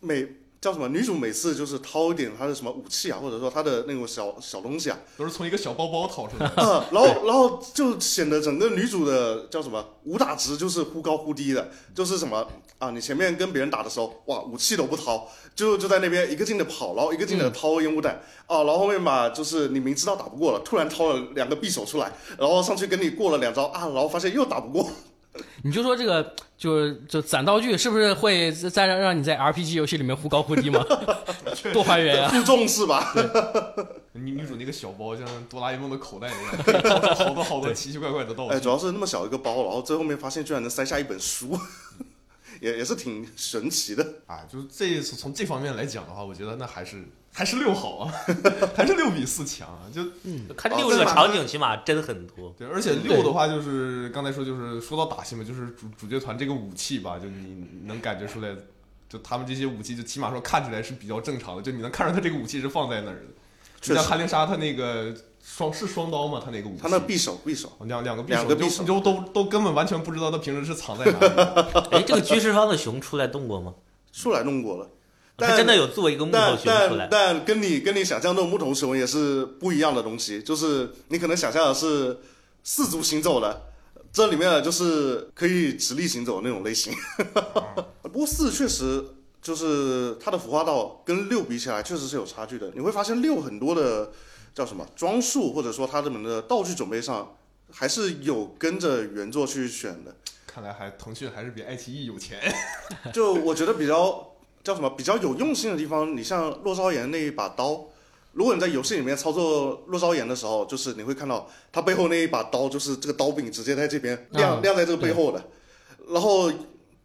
Speaker 1: 每叫什么女主每次就是掏一点她的什么武器啊，或者说她的那种小小东西啊，
Speaker 3: 都是从一个小包包掏出来的。
Speaker 1: 呃，然后然后就显得整个女主的叫什么武打值就是忽高忽低的，就是什么啊，你前面跟别人打的时候，哇，武器都不掏，就就在那边一个劲的跑，然后一个劲的掏烟雾弹，哦、然后后面嘛，就是你明知道打不过了，突然掏了两个匕首出来，然后上去跟你过了两招啊，然后发现又打不过，
Speaker 2: 你就说这个就是就攒道具是不是会再让让你在 RPG 游戏里面忽高忽低吗？多还原啊！
Speaker 1: 负重是吧？
Speaker 3: 女女主那个小包像哆啦 A 梦的口袋一样，可以装上好多好多奇奇怪怪的道
Speaker 1: 哎，
Speaker 3: 具
Speaker 1: 主。要是那么小一个包，然后最后面发现居然能塞下一本书， 也也是挺神奇的。
Speaker 3: 啊，就是这从从这方面来讲的话，我觉得那还是还是六好啊， 还是六比四强啊。就
Speaker 4: 看六这个场景，起码真很 多。
Speaker 3: 对，而且六的话就是刚才说就是说到打戏嘛，就是主主角团这个武器吧，就你能感觉出来，就他们这些武器就起码说看起来是比较正常的，就你能看出他这个武器是放在那儿的。
Speaker 1: 确实
Speaker 3: 就像寒灵鲨，他那个双是双刀嘛，他那个武器，
Speaker 1: 他那匕首，匕首，
Speaker 3: 两两个匕
Speaker 1: 两
Speaker 3: 首，
Speaker 1: 个
Speaker 3: 你就
Speaker 1: 匕首
Speaker 3: 你就都都根本完全不知道他平时是藏在哪里的。
Speaker 1: 哦
Speaker 4: 哎，这个居士方的熊出来动过吗？
Speaker 1: 出来弄过了，
Speaker 4: 他
Speaker 1: 但
Speaker 4: 真的有做一个木头
Speaker 1: 但
Speaker 4: 熊出
Speaker 1: 但
Speaker 4: 来，
Speaker 1: 但跟你跟你想象的牧童熊也是不一样的东西，就是你可能想象的是四足行走的，这里面的就是可以直立行走的那种类型。 不过四确实就是它的服化道跟六比起来确实是有差距的，你会发现六很多的叫什么装束或者说它们的道具准备上还是有跟着原作去选的。
Speaker 3: 看来还腾讯还是比爱奇艺有钱。
Speaker 1: 就我觉得比较叫什么比较有用心的地方，你像洛昭炎那一把刀，如果你在游戏里面操作洛昭炎的时候，就是你会看到他背后那一把刀，就是这个刀柄直接在这边
Speaker 2: 嗯
Speaker 1: 亮、亮在这个背后的。然后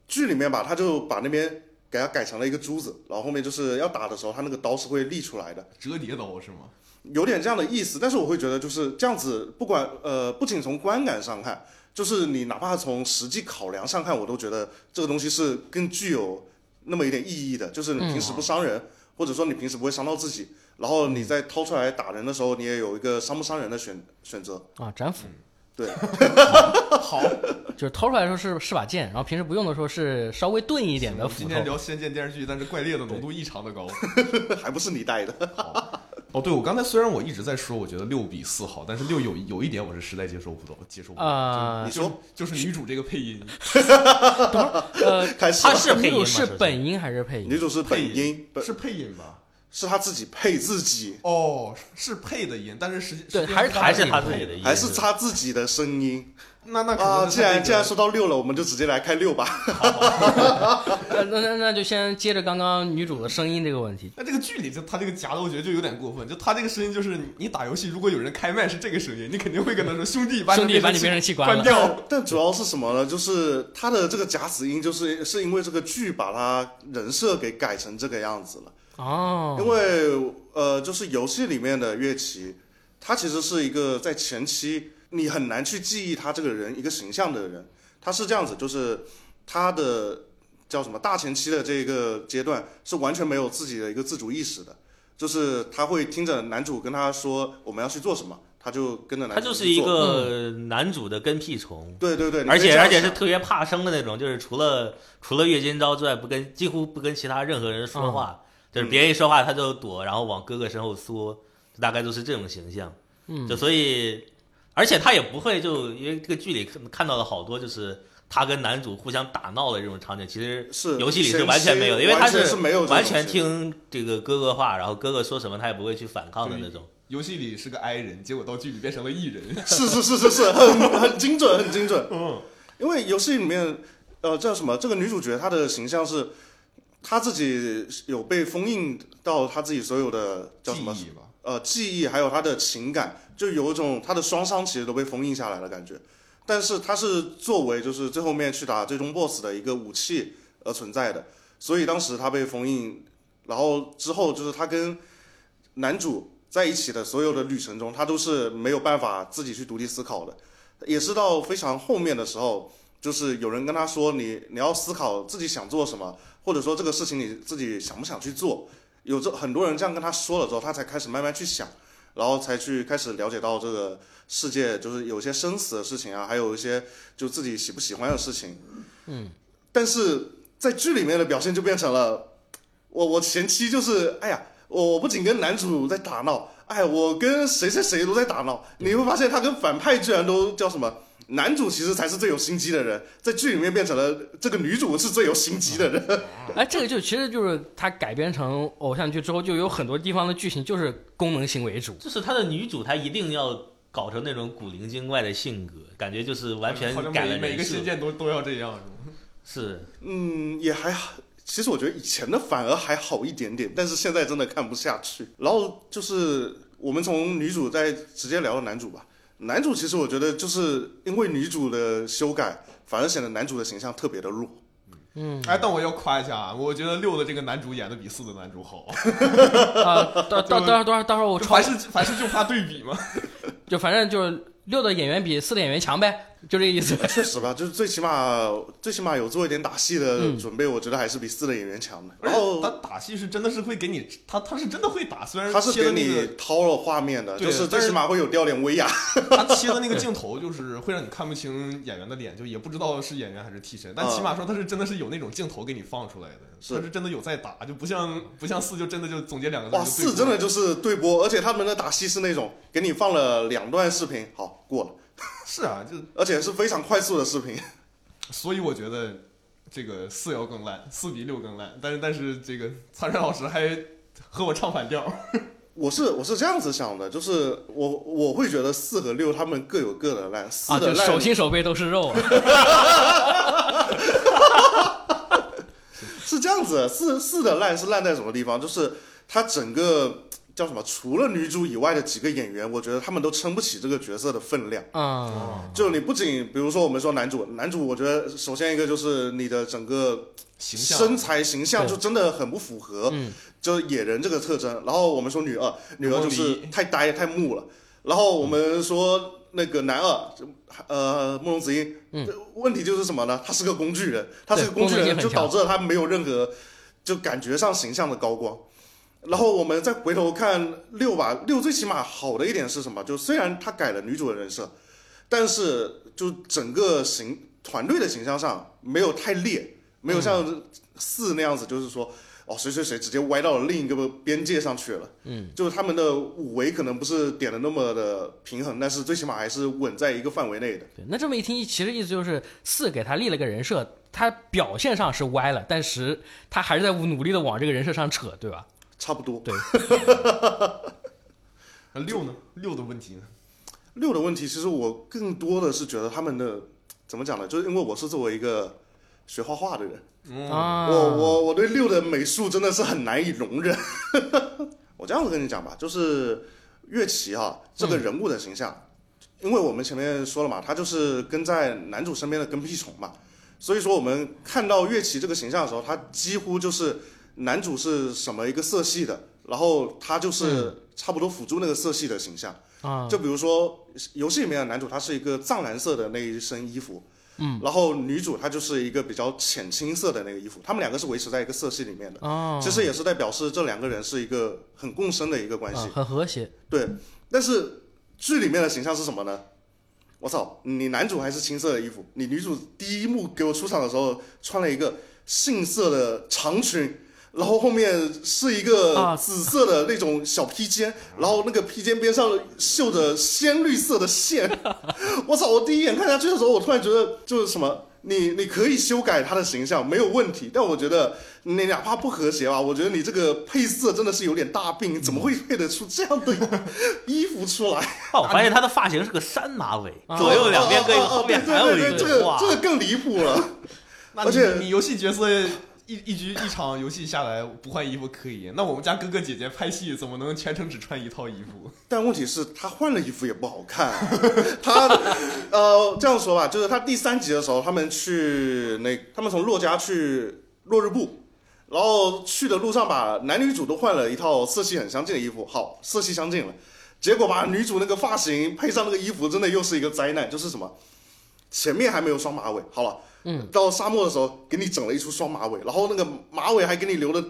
Speaker 1: 剧里面吧，他就把那边给它改成了一个珠子，然后后面就是要打的时候，他那个刀是会立出来的。
Speaker 3: 折叠刀是吗？
Speaker 1: 有点这样的意思，但是我会觉得就是这样子，不管呃，不仅从观感上看，就是你哪怕从实际考量上看，我都觉得这个东西是更具有那么一点意义的，就是你
Speaker 3: 嗯
Speaker 1: 平时不伤人，或者说你平时不会伤到自己，然后你在掏出来打人的时候，你也有一个伤不伤人的选选择。
Speaker 2: 啊，斩斧
Speaker 3: 好，
Speaker 2: 就是掏出来的时候是是把剑，然后平时不用的时候是稍微钝一点的
Speaker 3: 我们
Speaker 2: 斧
Speaker 3: 今天
Speaker 2: 头。
Speaker 3: 聊《仙剑》电视剧，但是怪猎的浓度异常的高。
Speaker 1: 还不是你带的，
Speaker 3: 哦，对，我刚才虽然我一直在说，我觉得六比四好，但是六有有一点我是实在接受不到，接受不到。
Speaker 2: 啊
Speaker 1: 你说
Speaker 3: 就是女主这个配音，
Speaker 2: 呃，
Speaker 1: 开始
Speaker 4: 他
Speaker 1: 吧。
Speaker 4: 是配
Speaker 2: 女
Speaker 4: 音吗？
Speaker 2: 主是
Speaker 4: 首先
Speaker 2: 本音还是配
Speaker 1: 女
Speaker 2: 音？
Speaker 1: 主是本
Speaker 3: 配
Speaker 1: 音，本
Speaker 3: 是配音吧？
Speaker 1: 是她自己配自己，
Speaker 3: 哦，是配的音，但是实际
Speaker 2: 对
Speaker 3: 实际
Speaker 2: 还是
Speaker 3: 上
Speaker 4: 还
Speaker 3: 是
Speaker 4: 是他自
Speaker 3: 配
Speaker 4: 己的。意思，
Speaker 1: 还是她自己的声音
Speaker 3: 那那可能
Speaker 1: 啊？
Speaker 3: 是
Speaker 1: 既
Speaker 3: 那
Speaker 1: 然
Speaker 3: 个
Speaker 1: 既然说到六了，我们就直接来开六吧。
Speaker 2: 那呃那那那就先接着刚刚女主的声音这个问题。
Speaker 3: 那这个剧里就他这个夹的，我觉得就有点过分。就他这个声音，就是你你打游戏，如果有人开麦是这个声音，你肯定会跟他说：“兄弟，把
Speaker 2: 兄弟把
Speaker 3: 你
Speaker 2: 你变声器关
Speaker 3: 关
Speaker 2: 了
Speaker 3: 掉。
Speaker 1: 但主要是什么呢？就是他的这个假死音，就是是因为这个剧把他人设给改成这个样子了。
Speaker 2: 哦，
Speaker 1: 因为呃，就是游戏里面的乐奇，他其实是一个在前期你很难去记忆他这个人一个形象的人。他是这样子，就是他的叫什么大前期的这个阶段是完全没有自己的一个自主意识的，就是他会听着男主跟他说我们要去做什么，他就跟着男
Speaker 4: 他
Speaker 1: 主
Speaker 4: 就是
Speaker 1: 去
Speaker 4: 一
Speaker 1: 做嗯
Speaker 4: 个男主的跟屁虫。
Speaker 1: 对对对，你
Speaker 4: 而
Speaker 1: 可以
Speaker 4: 且
Speaker 1: 这样
Speaker 4: 而且
Speaker 1: 想
Speaker 4: 是特别怕生的那种，就是除了除了月间招之外，不跟几乎不跟其他任何人说
Speaker 1: 嗯
Speaker 4: 话，就是别人一说话他就躲，然后往哥哥身后缩，就大概都是这种形象。
Speaker 2: 嗯
Speaker 4: 就所以，而且他也不会就因为这个剧里看看到了好多就是他跟男主互相打闹的这种场景，其实
Speaker 1: 是
Speaker 4: 游戏里是
Speaker 1: 前
Speaker 4: 完全没有的
Speaker 1: 期
Speaker 4: 因为他
Speaker 1: 完全
Speaker 4: 是
Speaker 1: 是没有这
Speaker 4: 完
Speaker 1: 种
Speaker 4: 全
Speaker 1: 东西
Speaker 4: 听这个哥哥话，然后哥哥说什么他也不会去反抗的那种。”
Speaker 3: 游戏里是个 I 人，结果到剧里变成了 E 人。
Speaker 1: 是是是是是，很很精准，很精准。
Speaker 3: 嗯，
Speaker 1: 因为游戏里面，呃，叫什么？这个女主角她的形象是，她自己有被封印到她自己所有的叫什
Speaker 3: 记
Speaker 1: 么？
Speaker 3: 忆吧。
Speaker 1: 呃，记忆还有她的情感，就有一种她的双伤其实都被封印下来的感觉。但是她是作为就是最后面去打最终 BOSS 的一个武器而存在的，所以当时她被封印，然后之后就是她跟男主在一起的所有的旅程中，她都是没有办法自己去独立思考的，也是到非常后面的时候，就是有人跟她说你你要思考自己想做什么，或者说这个事情你自己想不想去做，有这很多人这样跟他说了之后，他才开始慢慢去想，然后才去开始了解到这个世界，就是有些生死的事情啊，还有一些就自己喜不喜欢的事情。嗯，但是在剧里面的表现就变成了，我我前期就是，哎呀，我我不仅跟男主在打闹，哎，我跟谁谁谁都在打闹，你会发现他跟反派居然都叫什么？ 男主其实才是最有心机的人，在剧里面变成了这个女主是最有心机的人。
Speaker 2: 哎，这个就其实就是它改编成偶像剧之后，就有很多地方的剧情就是功能性为主。
Speaker 4: 就是他的女主，她一定要搞成那种古灵精怪的性格，感觉就是完全
Speaker 3: 好像
Speaker 4: 改了
Speaker 3: 每每
Speaker 4: 人
Speaker 3: 个仙
Speaker 4: 设。
Speaker 3: 剑都都要这样，是吗
Speaker 4: 是，
Speaker 1: 嗯，也还好。其实我觉得以前的反而还好一点点，但是现在真的看不下去。然后就是我们从女主再直接聊到男主吧。男主其实我觉得就是因为女主的修改，反而显得男主的形象特别 的弱。
Speaker 2: 嗯
Speaker 3: 哎，但我要夸一下啊，我觉得六的这个男主演的比四的男主好，
Speaker 2: 啊，到到到到到时候我抄
Speaker 3: 凡，事凡事就怕对比嘛。
Speaker 2: 就反正就是六的演员比四的演员强呗，就这个意思。
Speaker 1: 确实吧，就是最起码最起码有做一点打戏的准备，我觉得还是比四的演员强的。
Speaker 3: 哎
Speaker 1: 然后
Speaker 3: 他打戏是真的是会给你，他他是真的会打，虽然
Speaker 1: 他是
Speaker 3: 切的
Speaker 1: 给
Speaker 3: 那个
Speaker 1: 你掏了画面的，
Speaker 3: 对
Speaker 1: 就是最
Speaker 3: 但是
Speaker 1: 起码会有掉点威亚。
Speaker 3: 他切的 那个镜头就是会让你看不清演员的脸，就也不知道是演员还是替身，但
Speaker 1: 啊
Speaker 3: 起码说他是真的是有那种镜头给你放出来的，
Speaker 1: 是
Speaker 3: 他是真的有在打，就不像不像四就真的就总结两个字
Speaker 1: 哇，
Speaker 3: 就对付
Speaker 1: 四真的就是对播，而且他们的打戏是那种给你放了两段视频，好过了，
Speaker 3: 是啊，就
Speaker 1: 而且是非常快速的视频。
Speaker 3: 所以我觉得这个四要更烂，四比六更烂，但是但是这个参山老师还和我唱反调，
Speaker 1: 我是我是这样子想的，就是我我会觉得四和六他们各有各的烂，四
Speaker 2: 啊，
Speaker 1: 的
Speaker 2: 就
Speaker 1: 烂、
Speaker 2: 手心手背都是肉啊。
Speaker 1: 是这样子，四四的烂是烂在什么地方？就是他整个叫什么，除了女主以外的几个演员，我觉得他们都撑不起这个角色的分 量。
Speaker 2: 嗯，
Speaker 1: 就你不仅比如说我们说男主，男主我觉得首先一个就是你的整个
Speaker 3: 形
Speaker 1: 身
Speaker 3: 象
Speaker 1: 材形象
Speaker 2: 对
Speaker 1: 就真的很不符合，
Speaker 2: 嗯
Speaker 1: 就是野人这个特征。然后我们说女二，女二就是
Speaker 3: 莫离
Speaker 1: 太呆太木了。然后我们说那个男二，就呃，慕容子英，
Speaker 2: 嗯
Speaker 1: 这问题就是什么呢？他是个工具人，他是个
Speaker 2: 对
Speaker 1: 工具
Speaker 2: 工
Speaker 1: 人，
Speaker 2: 具性
Speaker 1: 就
Speaker 2: 很强
Speaker 1: 导致了他没有任何就感觉上形象的高光。然后我们再回头看六吧，六最起码好的一点是什么？就虽然他改了女主的人设，但是就整个形团队的形象上没有太烈，没有
Speaker 2: 嗯
Speaker 1: 像四那样子，就是说哦谁谁谁直接歪到了另一个边界上去了。嗯，就是他们的五维可能不是点的那么的平衡，但是最起码还是稳在一个范围内的。
Speaker 2: 对，那这么一听，其实意思就是四给他立了个人设，他表现上是歪了，但是他还是在努力的往这个人设上扯，对吧？
Speaker 1: 差不多。
Speaker 3: 那六呢？六的问题呢？
Speaker 1: 六的问题，其实我更多的是觉得他们的怎么讲呢？就是因为我是作为一个学画画的人，
Speaker 2: 啊，
Speaker 1: 嗯我我我对六的美术真的是很难以容忍。 我这样子跟你讲吧，就是月琪哈、这个人物的形象，因为我们前面说了嘛，他就是跟在男主身边的跟屁虫嘛，所以说我们看到月琪这个形象的时候，他几乎就是男主是什么一个色系的，然后他就是差不多辅助那个色系的形象。
Speaker 2: 嗯啊，
Speaker 1: 就比如说游戏里面的男主，他是一个藏蓝色的那一身衣服，嗯，然后女主她就是一个比较浅青色的那个衣服，他们两个是维持在一个色系里面的，
Speaker 2: 哦，
Speaker 1: 其实也是在表示这两个人是一个很共生的一个关系
Speaker 2: 啊，，很和谐，
Speaker 1: 对。但是剧里面的形象是什么呢？我操，你男主还是青色的衣服，你女主第一幕给我出场的时候穿了一个杏色的长裙。然后后面是一
Speaker 2: 啊
Speaker 1: 个紫色的那种小披肩，然后那个披肩边上绣着鲜绿色的线。我操！我第一眼看下去的时候，我突然觉得就是什么，你你可以修改他的形象没有问题，但我觉得你哪怕不和谐吧，我觉得你这个配色真的是有点大病，怎么会配得出这样的衣服出来？
Speaker 4: 哦，我发现他的发型是个山马尾，
Speaker 2: 啊
Speaker 4: 左右两边各一个，
Speaker 1: 哦哦哦
Speaker 4: 后面
Speaker 1: 对
Speaker 4: 还有
Speaker 1: 对对
Speaker 4: 一
Speaker 1: 对这个
Speaker 4: 哇
Speaker 1: 这，个更离谱了。
Speaker 3: 那
Speaker 1: 而且
Speaker 3: 你你游戏角色一一局一场游戏下来不换衣服可以，那我们家哥哥姐姐拍戏怎么能全程只穿一套衣服？
Speaker 1: 但问题是，他换了衣服也不好看、他，呃，这样说吧，就是他第三集的时候，他们去那，他们从洛家去落日部，然后去的路上把男女主都换了一套色系很相近的衣服，好，色系相近了，结果吧，女主那个发型配上那个衣服，真的又是一个灾难，就是什么，前面还没有双马尾，好了，嗯，到沙漠的时候给你整了一出双马尾，然后那个马尾还给你留的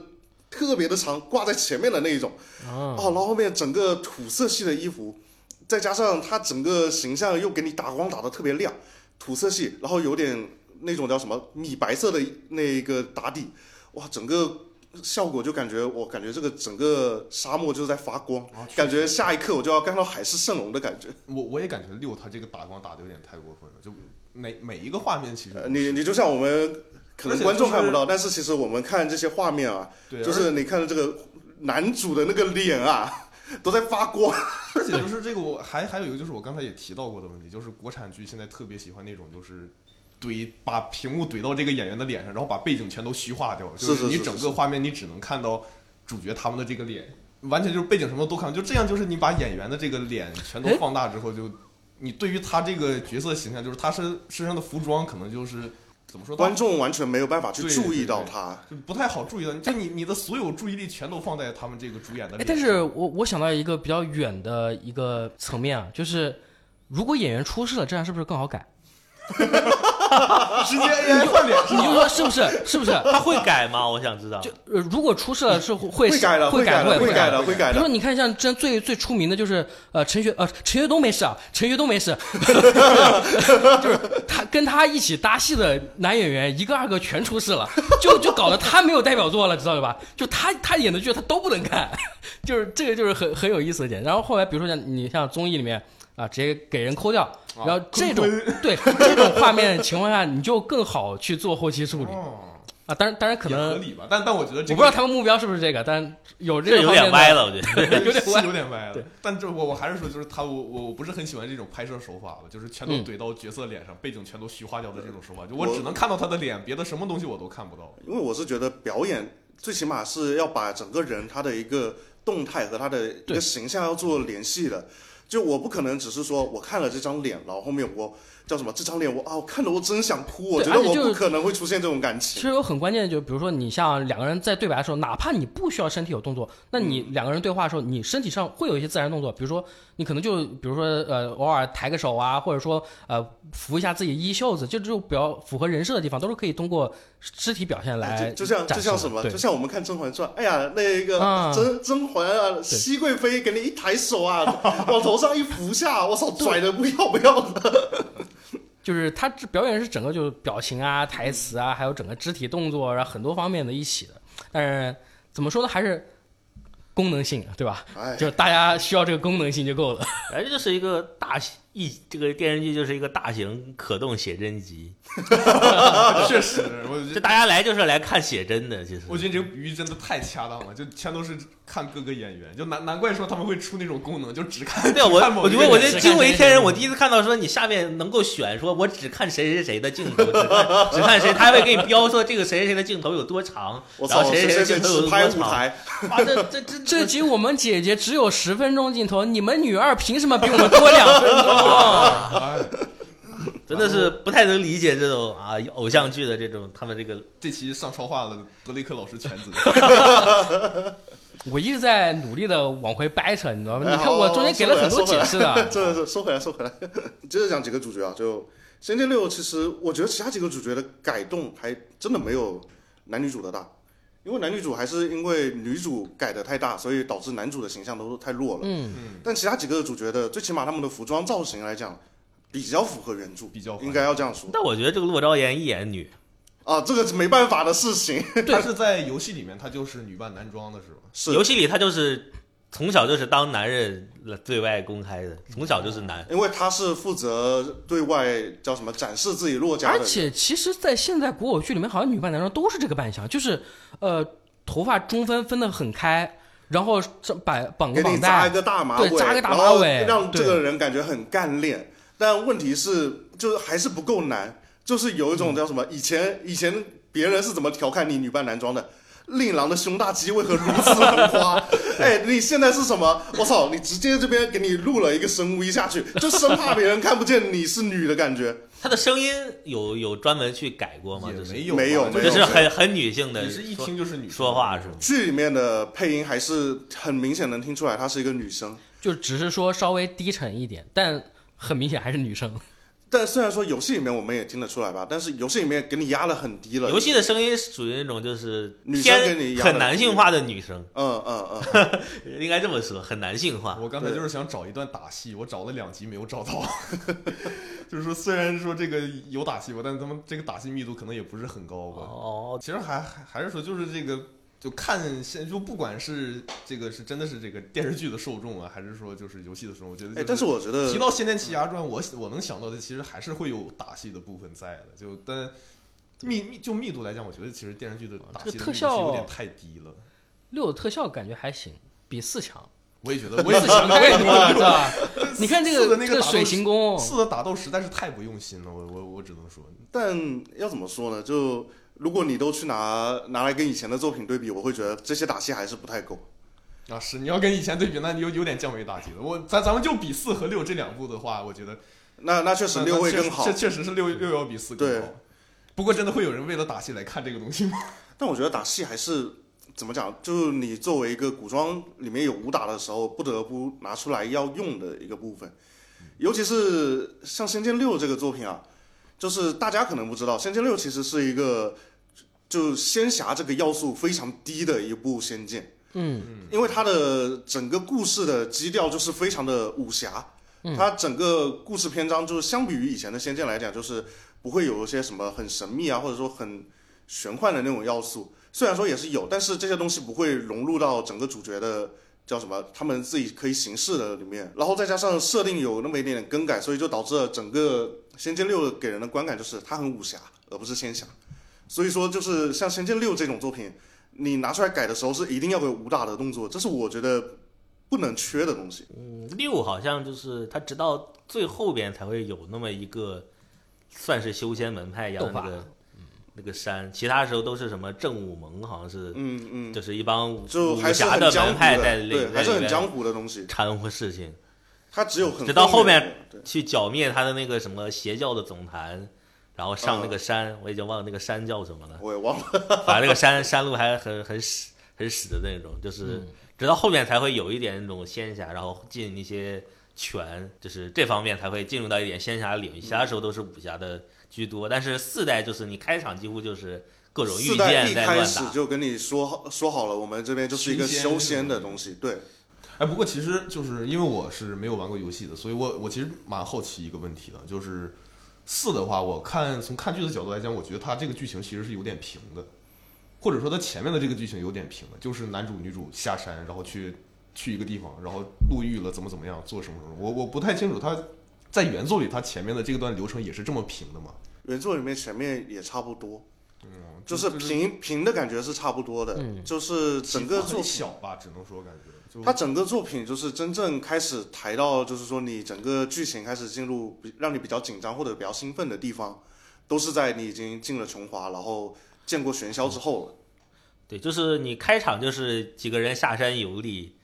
Speaker 1: 特别的长，挂在前面的那一种。
Speaker 3: 嗯
Speaker 1: 哦，然后后面整个土色系的衣服，再加上它整个形象又给你打光打的特别亮，土色系，然后有点那种叫什么米白色的那个打底，哇，整个效果就感觉我感觉这个整个沙漠就是在发光，
Speaker 3: 啊
Speaker 1: 感觉下一刻我就要看到海市蜃楼的感觉。
Speaker 3: 我我也感觉六他这个打光打的有点太过分了，就每每一个画面其实
Speaker 1: 呃，你你就像我们可
Speaker 3: 而
Speaker 1: 能
Speaker 3: 且
Speaker 1: 观众
Speaker 3: 就是
Speaker 1: 看不到，但是其实我们看这些画面啊，
Speaker 3: 对，
Speaker 1: 就是你看这个男主的那个脸啊， 都在发光。
Speaker 3: 而且就是这个我还还有一个就是我刚才也提到过的问题，就是国产剧现在特别喜欢那种就是。怼把屏幕怼到这个演员的脸上，然后把背景全都虚化掉，就是
Speaker 1: 是是
Speaker 3: 你
Speaker 1: 是
Speaker 3: 整
Speaker 1: 是
Speaker 3: 个画面你只能看到主角他们的这个脸，完全就是背景什么都看不到，就这样就是你把演员的这个脸全都
Speaker 2: 哎
Speaker 3: 放大之后，就你对于他这个角色形象，就是他身身上的服装可能就是怎么说，
Speaker 1: 观众完全没有办法去
Speaker 3: 对
Speaker 1: 注意
Speaker 3: 对
Speaker 1: 到
Speaker 3: 对
Speaker 1: 它，
Speaker 3: 就不太好注意到，就你你的所有注意力全都放在他们这个主演的
Speaker 2: 哎
Speaker 3: 脸，上。
Speaker 2: 但是我我想到一个比较远的一个层面啊，就是如果演员出事了，这样是不是更好改？
Speaker 3: 直接
Speaker 2: 哎
Speaker 3: AI 换脸是
Speaker 2: 你就
Speaker 3: 吗？
Speaker 2: 说是不是？是不是？
Speaker 4: 他会改吗？我想知道。
Speaker 2: 就呃，如果出事了是会
Speaker 1: 改的，
Speaker 2: 会
Speaker 1: 会改
Speaker 2: 会
Speaker 1: 的，会
Speaker 2: 改
Speaker 1: 的，会改
Speaker 2: 比如
Speaker 1: 的
Speaker 2: 说，。你看像之前最最出名的就是呃陈学呃陈学冬没事啊，陈学冬没事， 就是他跟他一起搭戏的男演员一个二个全出事了，就就搞得他没有代表作了，知道吧？就他他演的剧他都不能看， 就是这个就是很很有意思的点。然后后来比如说像你像综艺里面。啊，直接给人抠掉，
Speaker 3: 啊
Speaker 2: 然后这种、对这种画面情况下，你就更好去做后期处理
Speaker 3: 哦，
Speaker 2: 啊。当然，当然可
Speaker 3: 也
Speaker 2: 能
Speaker 3: 合理吧，但但我觉得
Speaker 2: 我
Speaker 3: 这
Speaker 2: 不知道
Speaker 3: 个
Speaker 2: 他们目标是不是这个，但有这
Speaker 4: 这
Speaker 2: 个
Speaker 4: 有
Speaker 2: 方
Speaker 4: 点
Speaker 2: 面
Speaker 4: 歪
Speaker 2: 的，
Speaker 4: 了，我觉得。
Speaker 2: 有点
Speaker 3: 是
Speaker 2: 歪。
Speaker 3: 有点歪了
Speaker 2: 对。
Speaker 3: 但这我我还是说，就是他我我我不是很喜欢这种拍摄手法吧，就是全都
Speaker 2: 嗯
Speaker 3: 怼到角色脸上，背景全都虚化掉的这种手法，就
Speaker 1: 我
Speaker 3: 我只能看到他的脸，别的什么东西我都看不 到。
Speaker 1: 因为我是觉得表演最起码是要把整个人他的一个动态和他的一
Speaker 2: 对
Speaker 1: 个形象要做联系的。就我不可能只是说我看了这张脸，然后后面我叫什么这张脸我啊，我看得我真想哭，我觉
Speaker 2: 对
Speaker 1: 得
Speaker 2: 而且
Speaker 1: 我
Speaker 2: 就
Speaker 1: 不
Speaker 2: 是
Speaker 1: 可能会出现这种感
Speaker 2: 其
Speaker 1: 情。
Speaker 2: 实有很关键的，就比如说你像两个人在对白的时候，哪怕你不需要身体有动作，那你
Speaker 1: 嗯
Speaker 2: 两个人对话的时候，你身体上会有一些自然动作，比如说你可能就比如说呃偶尔抬个手啊，或者说呃扶一下自己衣袖子，就这种比较符合人设的地方，都是可以通过肢体表现来
Speaker 1: 哎就就像
Speaker 2: 展
Speaker 1: 就
Speaker 2: 示
Speaker 1: 像
Speaker 2: 的
Speaker 1: 什么，
Speaker 2: 对
Speaker 1: 就像我们看《甄嬛传》，哎呀，那个
Speaker 2: 啊
Speaker 1: 甄甄嬛啊，熹贵妃给你一抬手 啊，往头上一扶下，我操，拽的不要不要的。
Speaker 2: 就是他这表演是整个就是表情啊、台词啊，还有整个肢体动作，然后很多方面的一起的。但是怎么说呢，还是功能性，啊对吧？
Speaker 1: 哎，
Speaker 2: 就是大家需要这个功能性就够了。
Speaker 4: 反正哎就是一个大型一这个电视剧就是一个大型可动写真集，
Speaker 3: 确实，我觉
Speaker 4: 就
Speaker 3: 得
Speaker 4: 大家来就是来看写真的，其实。
Speaker 3: 我觉得你这个比喻真的太恰当了，就全都是看各个演员，就难难怪说他们会出那种功能，就只看
Speaker 4: 对啊，
Speaker 3: 只看某
Speaker 4: 我我
Speaker 3: 一
Speaker 4: 觉
Speaker 3: 个
Speaker 4: 得我
Speaker 3: 演
Speaker 4: 这
Speaker 3: 员
Speaker 4: 惊为天人，我第一次看到说你下面能够选，说我只看谁谁谁的镜头，只看只看谁，他还会给你标说这个谁谁谁的镜头有多 长，
Speaker 1: 我
Speaker 4: 然
Speaker 1: 操，
Speaker 4: 后
Speaker 1: 谁
Speaker 4: 谁
Speaker 1: 谁
Speaker 4: 的
Speaker 1: 谁
Speaker 4: 镜头有
Speaker 1: 直
Speaker 4: 多
Speaker 1: 拍
Speaker 4: 长
Speaker 1: 舞，台，
Speaker 4: 哇，这这这
Speaker 2: 这集我们姐姐只有十分钟镜头，你们女二凭什么比我们多两分 钟？
Speaker 3: 哎
Speaker 4: 真的是不太能理解这种啊偶像剧的这种他们这个
Speaker 3: 这期上超话了，德雷克老师全责。
Speaker 2: 我一直在努力的往回掰扯，你知道吗？
Speaker 1: 哎
Speaker 2: 啊你看我中间给了很多解释 的，
Speaker 1: 这这收回来，收 回来。 接着讲几个主角啊，就《仙剑六》，其实我觉得其他几个主角的改动还真的没有男女主的大，因为男女主还是因为女主改的太大，所以导致男主的形象都太弱了。
Speaker 2: 嗯，
Speaker 1: 但其他几个主角的，最起码他们的服装造型来讲，比较符合原著，
Speaker 3: 比较还原
Speaker 1: 应该要这样说
Speaker 4: 但我觉得这个骆昭言一演女，
Speaker 1: 啊，这个是没办法的事情。
Speaker 3: 他是在游戏里面，他就是女扮男装的是吧？
Speaker 1: 是
Speaker 4: 游戏里她就是从小就是当男人对外公开的，从小就是
Speaker 3: 哦
Speaker 4: 男。
Speaker 1: 因为他是负责对外叫什么展示自己落家的
Speaker 2: 而
Speaker 1: 人，
Speaker 2: 且其实，在现在古偶剧里面，好像女扮男装都是这个扮相，就是呃头发中分分得很开，然后这绑绑
Speaker 1: 给
Speaker 2: 个
Speaker 1: 你
Speaker 2: 绑
Speaker 1: 扎
Speaker 2: 带
Speaker 1: 一，个大马
Speaker 2: 对
Speaker 1: 尾，
Speaker 2: 扎个大
Speaker 1: 然
Speaker 2: 马
Speaker 1: 后
Speaker 2: 尾
Speaker 1: 让这
Speaker 2: 对
Speaker 1: 个人感觉很干练。但问题是，就是还是不够难，就是有一种叫什
Speaker 2: 嗯
Speaker 1: 么？以前以前别人是怎么调侃你女扮男装的？令郎的胸大肌为何如 此浮夸？哎，你现在是什么？我操！你直接这边给你录了一个深 V 下去，就生怕别人看不见你是女的感觉。
Speaker 4: 她的声音有有专门去改过吗？
Speaker 3: 也
Speaker 4: 就是
Speaker 3: 没有吧
Speaker 1: 没有
Speaker 3: 就
Speaker 1: 没有
Speaker 4: 就是很很女性的
Speaker 3: 你是一听就是女
Speaker 4: 说话是吗？
Speaker 1: 剧里面的配音还是很明显能听出来她是一个女生，
Speaker 2: 就只是说稍微低沉一点，但很明显还是女生。
Speaker 1: 但虽然说游戏里面我们也听得出来吧，但是游戏里面给你压得很低了。
Speaker 4: 游戏的声音是属于那种就是
Speaker 1: 女生
Speaker 4: 偏
Speaker 1: 跟你一样的
Speaker 4: 很男性化的女生，
Speaker 1: 嗯嗯嗯，
Speaker 4: 应该这么说，很男性
Speaker 2: 啊
Speaker 4: 化。
Speaker 3: 我刚才就是想找一段打戏，我找了两集没有找到。 就是说，虽然说这个有打戏吧，但他们这个打戏密度可能也不是很高吧。
Speaker 4: 哦，
Speaker 3: 其实还还还是说，就是这个，就看现就不管是这个是真的是这个电视剧的受众啊，还是说就是游戏的受众，我觉得、就
Speaker 1: 哎，但是我觉得
Speaker 3: 提到《仙剑奇侠传》，我我能想到的其实还是会有打戏的部分在的，就但密密就密度来讲，我觉得其实电视剧的打戏的
Speaker 2: 这个特
Speaker 3: 密度是有
Speaker 2: 效
Speaker 3: 点太低了。
Speaker 2: 六的特效感觉还行，比四强。
Speaker 3: 我也觉得，我也
Speaker 2: 自想 太多了，是吧？你看这
Speaker 3: 四
Speaker 2: 个
Speaker 3: 的那
Speaker 2: 这个
Speaker 3: 打斗
Speaker 2: 水行宫，
Speaker 3: 四的打斗实在是太不用心了，我我我只能说，
Speaker 1: 但要怎么说呢？就如果你都去拿拿来跟以前的作品对比，我会觉得这些打戏还是不太够。
Speaker 3: 啊，是你要跟以前对比，那你有有点降维打击了。我咱咱们就比四和六这两部的话，我觉得
Speaker 1: 那那确实
Speaker 3: 那
Speaker 1: 六
Speaker 3: 那
Speaker 1: 位
Speaker 3: 确实
Speaker 1: 更好
Speaker 3: 这，确实是六六要比四
Speaker 1: 对
Speaker 3: 更好。不过真的会有人为了打戏来看这个东西吗？
Speaker 1: 但我觉得打戏还是怎么讲，就是你作为一个古装里面有武打的时候，不得不拿出来要用的一个部分。尤其是像《仙剑六》这个作品啊，就是大家可能不知道，《仙剑六》其实是一个就仙侠这个要素非常低的一部仙剑。
Speaker 2: 嗯，
Speaker 1: 因为它的整个故事的基调就是非常的武侠，它整个故事篇章就是相比于以前的《仙剑》来讲，就是不会有一些什么很神秘啊，或者说很玄幻的那种要素。虽然说也是有，但是这些东西不会融入到整个主角的叫什么，他们自己可以行事的里面。然后再加上设定有那么一点点更改，所以就导致了整个《仙剑六》给人的观感就是它很武侠，而不是仙侠。所以说，就是像《仙剑六》这种作品，你拿出来改的时候是一定要有武打的动作，这是我觉得不能缺的东西。
Speaker 4: 六好像就是他直到最后边才会有那么一个算是修仙门派一样的那
Speaker 2: 斗
Speaker 4: 个嗯那个山，其他时候都是什么正武盟，好像是
Speaker 1: 嗯嗯，
Speaker 4: 就是一帮武
Speaker 1: 就还
Speaker 4: 武
Speaker 1: 是
Speaker 4: 侠
Speaker 1: 很
Speaker 4: 的
Speaker 1: 江
Speaker 4: 门
Speaker 1: 湖
Speaker 4: 派在
Speaker 1: 的，
Speaker 4: 里
Speaker 1: 对，还是很江
Speaker 4: 湖
Speaker 1: 湖的东西。
Speaker 4: 掺和事情，
Speaker 1: 它只有很
Speaker 4: 直到后面
Speaker 1: 面，对，，
Speaker 4: 去剿灭他的那个什么邪教的总坛。然后上那个山，我已经忘了那个山叫什么了
Speaker 1: 我也忘了。
Speaker 4: 反正那个山山路还很很屎很屎的那种，
Speaker 1: 嗯
Speaker 4: 就是直到后面才会有一点那种仙侠，然后进一些拳，就是这方面才会进入到一点仙侠领域，其他时候都是武侠的居多。但是四代就是你开场几乎就是各种御
Speaker 1: 四代
Speaker 4: 剑
Speaker 1: 一
Speaker 4: 在
Speaker 1: 开
Speaker 4: 乱
Speaker 1: 始
Speaker 4: 打，
Speaker 1: 就跟你说好说好了，我们这边就是一个
Speaker 3: 寻仙
Speaker 1: 修
Speaker 3: 是
Speaker 1: 仙
Speaker 3: 吗
Speaker 1: 的东西，对，
Speaker 3: 哎，不过其实就是因为我是没有玩过游戏的，所以我我其实蛮好奇一个问题的，就是四的话，我看从看剧的角度来讲，我觉得它这个剧情其实是有点平的，或者说它前面的这个剧情有点平的，就是男主女主下山，然后去去一个地方，然后入狱了，怎么怎么样，做什么什么，我我不太清楚它在原作里它前面的这段流程也是这么平的吗？
Speaker 1: 原作里面前面也差不多，
Speaker 3: 嗯，
Speaker 1: 就是平平的感觉是差不多的，
Speaker 4: 嗯
Speaker 1: 就是整个
Speaker 3: 起伏
Speaker 1: 作品。
Speaker 3: 很小吧，只能说感觉就
Speaker 1: 它整个作品就是真正开始抬到，就是说你整个剧情开始进入比让你比较紧张或者比较兴奋的地方，都是在你已经进了琼华，然后见过玄霄之后了。
Speaker 4: 对，就是你开场就是几个人下山游历，